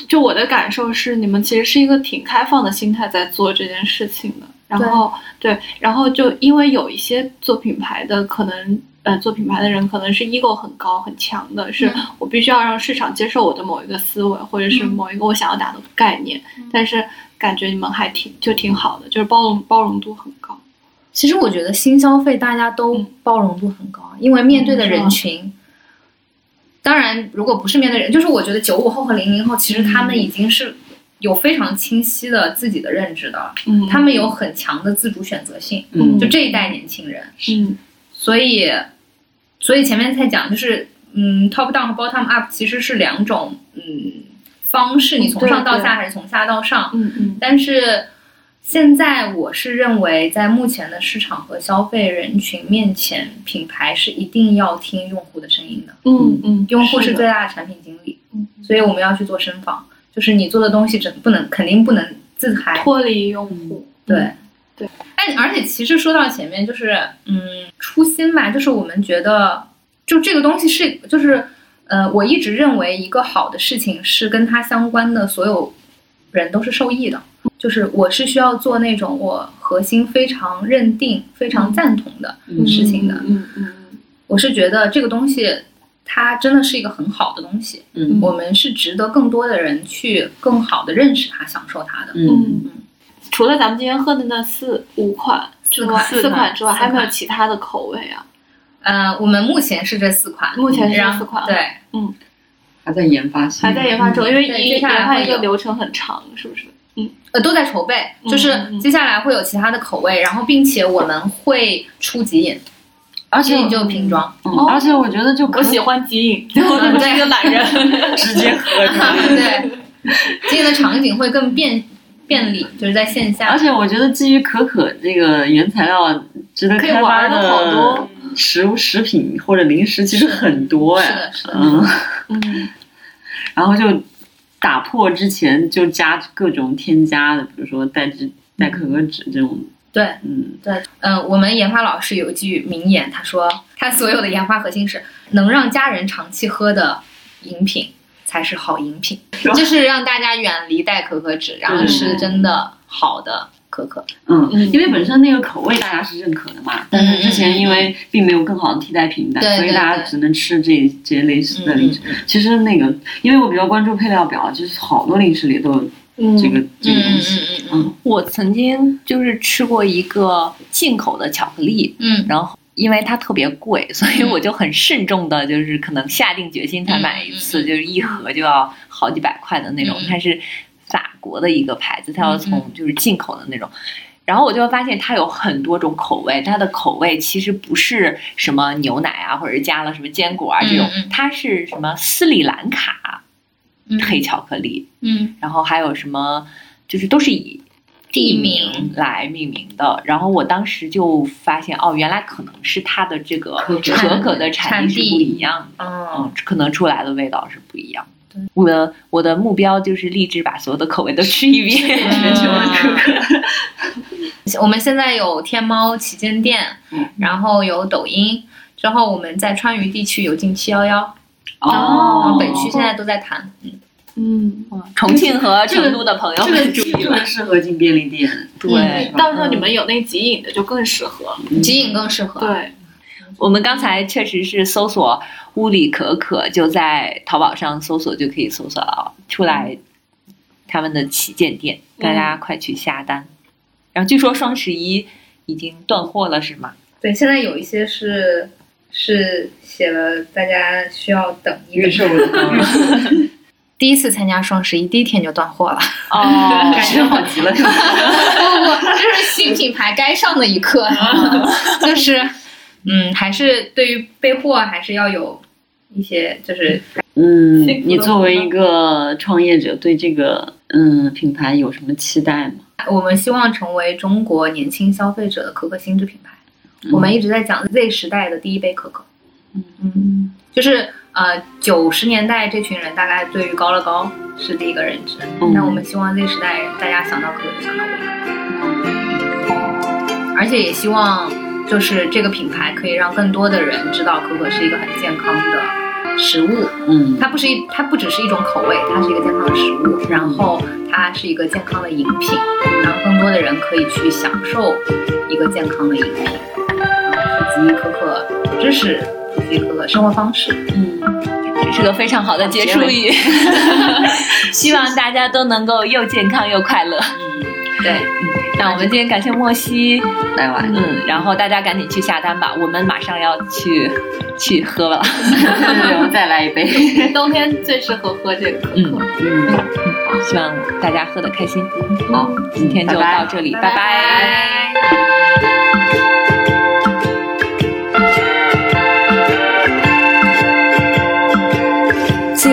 Speaker 4: 就我的感受是，你们其实是一个挺开放的心态在做这件事情的。然后对，然后就因为有一些做品牌的可能。呃，做品牌的人可能是 ego 很高很强的，是
Speaker 3: 嗯
Speaker 4: 我必须要让市场接受我的某一个思维，或者是
Speaker 3: 嗯
Speaker 4: 某一个我想要达到的概念。但是感觉你们还挺就挺好的，就是包容包容度很高。
Speaker 3: 其实我觉得新消费大家都包容度很高，因为面对的人群，当然如果不是面对人，就是我觉得九五后和零零后，其实他们已经是有非常清晰的自己的认知的了，
Speaker 4: 嗯
Speaker 3: 他们有很强的自主选择性，
Speaker 4: 嗯
Speaker 3: 就这一代年轻人，
Speaker 4: 嗯
Speaker 3: 所以，所以前面才讲就是，嗯，top down 和 bottom up 其实是两种嗯方式，你从上到
Speaker 4: 对对
Speaker 3: 下还是从下到上，
Speaker 4: 嗯嗯
Speaker 3: 但是现在我是认为，在目前的市场和消费人群面前，品牌是一定要听用户的声音的，
Speaker 4: 嗯嗯，
Speaker 3: 用户是
Speaker 4: 的
Speaker 3: 最大的产品经理。
Speaker 4: 嗯，
Speaker 3: 所以我们要去做深访，就是你做的东西真不能肯定不能自嗨，
Speaker 4: 脱离用户，
Speaker 3: 对
Speaker 4: 对。
Speaker 3: 哎，而且其实说到前面就是，嗯，初心吧，就是我们觉得，就这个东西是，就是，呃，我一直认为一个好的事情是跟它相关的所有人都是受益的。就是我是需要做那种我核心非常认定、非常赞同的
Speaker 2: 嗯
Speaker 3: 事情的。
Speaker 4: 嗯嗯嗯
Speaker 3: 我是觉得这个东西，它真的是一个很好的东西。
Speaker 2: 嗯
Speaker 3: 我们是值得更多的人去更好的认识它、享受它的。
Speaker 2: 嗯，
Speaker 4: 嗯。除了咱们今天喝的那四五款
Speaker 3: 四
Speaker 4: 之外
Speaker 3: 款
Speaker 4: 四款之外，
Speaker 3: 四款
Speaker 4: 还有没有其他的口味啊？
Speaker 3: 呃，我们目前是这四款，
Speaker 4: 目前是
Speaker 3: 然
Speaker 4: 这
Speaker 3: 后
Speaker 4: 四款，
Speaker 3: 对，
Speaker 2: 还在研发新
Speaker 4: 还
Speaker 2: 的，嗯
Speaker 4: 在研发中，因为
Speaker 3: 嗯对
Speaker 4: 一
Speaker 3: 接
Speaker 4: 研
Speaker 3: 下来
Speaker 4: 发一
Speaker 3: 会有
Speaker 4: 个流程很长，是不是？
Speaker 3: 呃，都在筹备，
Speaker 4: 嗯
Speaker 3: 就是接下来会有其他的口味，然后并且我们会出极饮，
Speaker 2: 而且
Speaker 3: 极饮就是瓶装，
Speaker 2: 嗯
Speaker 4: 哦
Speaker 2: 而且我觉得就可
Speaker 4: 我喜欢极饮，我怎么是一个懒 人？
Speaker 2: 直接喝是吧
Speaker 3: 对，极饮的场景会更便便利，就是在线
Speaker 2: 而
Speaker 3: 下。
Speaker 2: 且我觉得基于可可这个原材料，值得
Speaker 3: 可以
Speaker 2: 开发
Speaker 3: 玩
Speaker 4: 的好
Speaker 2: 的
Speaker 4: 多
Speaker 2: 食物、食品或者零食其实很多
Speaker 3: 是
Speaker 2: 哎
Speaker 3: 的，是，的
Speaker 2: 嗯，
Speaker 4: 嗯，
Speaker 2: 然后就打破之前就加各种添加的，比如说代脂、代可可脂这种，
Speaker 3: 对，
Speaker 2: 嗯，
Speaker 3: 嗯、我们研发老师有一句名言，他说他所有的研发核心是能让家人长期喝的饮品才是好饮品，就是让大家远离代可可脂，然后吃真的好的可可。
Speaker 2: 嗯，
Speaker 4: 嗯
Speaker 2: 因为本身那个口味大家是认可的嘛，但是之前因为并没有更好的替代品牌，
Speaker 3: 嗯对
Speaker 2: 所以
Speaker 3: 对
Speaker 2: 大家
Speaker 3: 对嗯
Speaker 2: 只能吃这这些类似的零食。其实那个，因为我比较关注配料表，就是好多零食里都有
Speaker 4: 嗯
Speaker 2: 这个、这
Speaker 3: 嗯
Speaker 2: 个
Speaker 3: 嗯
Speaker 2: 东西。
Speaker 3: 嗯嗯
Speaker 1: 我曾经就是吃过一个进口的巧克力，
Speaker 3: 嗯
Speaker 1: 然后因为它特别贵，所以我就很慎重的，就是可能下定决心才买一次，
Speaker 3: 嗯嗯嗯
Speaker 1: 就是一盒就要好几百块的那种
Speaker 3: 嗯。
Speaker 1: 它是法国的一个牌子，它要
Speaker 3: 嗯
Speaker 1: 从就是进口的那种。然后我就会发现它有很多种口味，它的口味其实不是什么牛奶啊，或者是加了什么坚果啊这种
Speaker 3: 嗯嗯，
Speaker 1: 它是什么斯里兰卡
Speaker 3: 嗯，
Speaker 1: 黑巧克力，
Speaker 3: 嗯
Speaker 1: 然后还有什么，就是都是以地名来命名的。然后我当时就发现，哦，原来可能是它的这个
Speaker 2: 可可
Speaker 1: 可可的产地是不一样的，
Speaker 3: 哦
Speaker 1: 嗯，可能出来的味道是不一样的。我的我的目标就是立志把所有的口味都吃一遍。
Speaker 2: 全球的可可，
Speaker 3: 我们现在有天猫旗舰店，
Speaker 2: 嗯
Speaker 3: 然后有抖音，之后我们在川渝地区有进七幺幺，然
Speaker 4: 哦
Speaker 3: 后北区现在都在谈。
Speaker 4: 嗯，
Speaker 1: 重庆和
Speaker 2: 这个
Speaker 1: 成都的朋友
Speaker 2: 这个
Speaker 1: 们
Speaker 2: 就
Speaker 1: 注意
Speaker 2: 特
Speaker 1: 了
Speaker 2: 别，适合进便利店，嗯
Speaker 1: 对。
Speaker 4: 哎到时候你们有那极饮的就更适合。
Speaker 3: 极饮更适合。，
Speaker 4: 对，
Speaker 1: 我们刚才确实是搜索“屋里可可”，就在淘宝上搜索就可以搜索到出来他们的旗舰店，
Speaker 4: 嗯
Speaker 1: 大家快去下单。然后据说双十一已经断货了，是吗？
Speaker 3: 对，现在有一些是是写了，大家需要等一
Speaker 2: 预
Speaker 3: 等。
Speaker 2: 售的，
Speaker 3: 第一次参加双十一，第一天就断货了。
Speaker 1: 哦
Speaker 2: 感觉好 极了，是吧？
Speaker 3: 不，这是新品牌该上的一课，
Speaker 2: 啊
Speaker 3: 就是，嗯，还是对于备货还是要有一些，就是
Speaker 2: 嗯
Speaker 4: 幸福，的
Speaker 2: 你作为一个创业者，对这个嗯品牌有什么期待吗？
Speaker 3: 我们希望成为中国年轻消费者的可可新质品牌。我
Speaker 2: 嗯
Speaker 3: 们一直在讲 Z 时代的第一杯可可，嗯，就是呃九十年代这群人大概对于高乐高是第一个认知，
Speaker 2: 嗯
Speaker 3: 那我们希望 Z 时代大家想到可可就想到我们，而且也希望就是这个品牌可以让更多的人知道可可是一个很健康的食物，
Speaker 2: 嗯，
Speaker 3: 它不是一它不只是一种口味，它是一个健康的食物，然后它是一个健康的饮品，然后更多的人可以去享受一个健康的饮品，啊普及可可知识，普及可可生活方式。
Speaker 2: 嗯，
Speaker 1: 这是个非常好的结束语。 希望大家都能够又健康又快乐。
Speaker 3: 对，
Speaker 1: 那我们今天感谢莫西，
Speaker 2: 嗯来 晚了，
Speaker 1: 嗯，然后大家赶紧去下单吧，我们马上要去去喝了。
Speaker 2: 我们再来一 杯，
Speaker 4: 冬天最适合喝这个可可。
Speaker 2: 嗯，
Speaker 1: 希望大家喝得开心。
Speaker 2: 好，
Speaker 1: 今天就
Speaker 2: 拜拜
Speaker 1: 到这里，
Speaker 3: 拜
Speaker 1: 拜拜
Speaker 3: 拜
Speaker 5: 自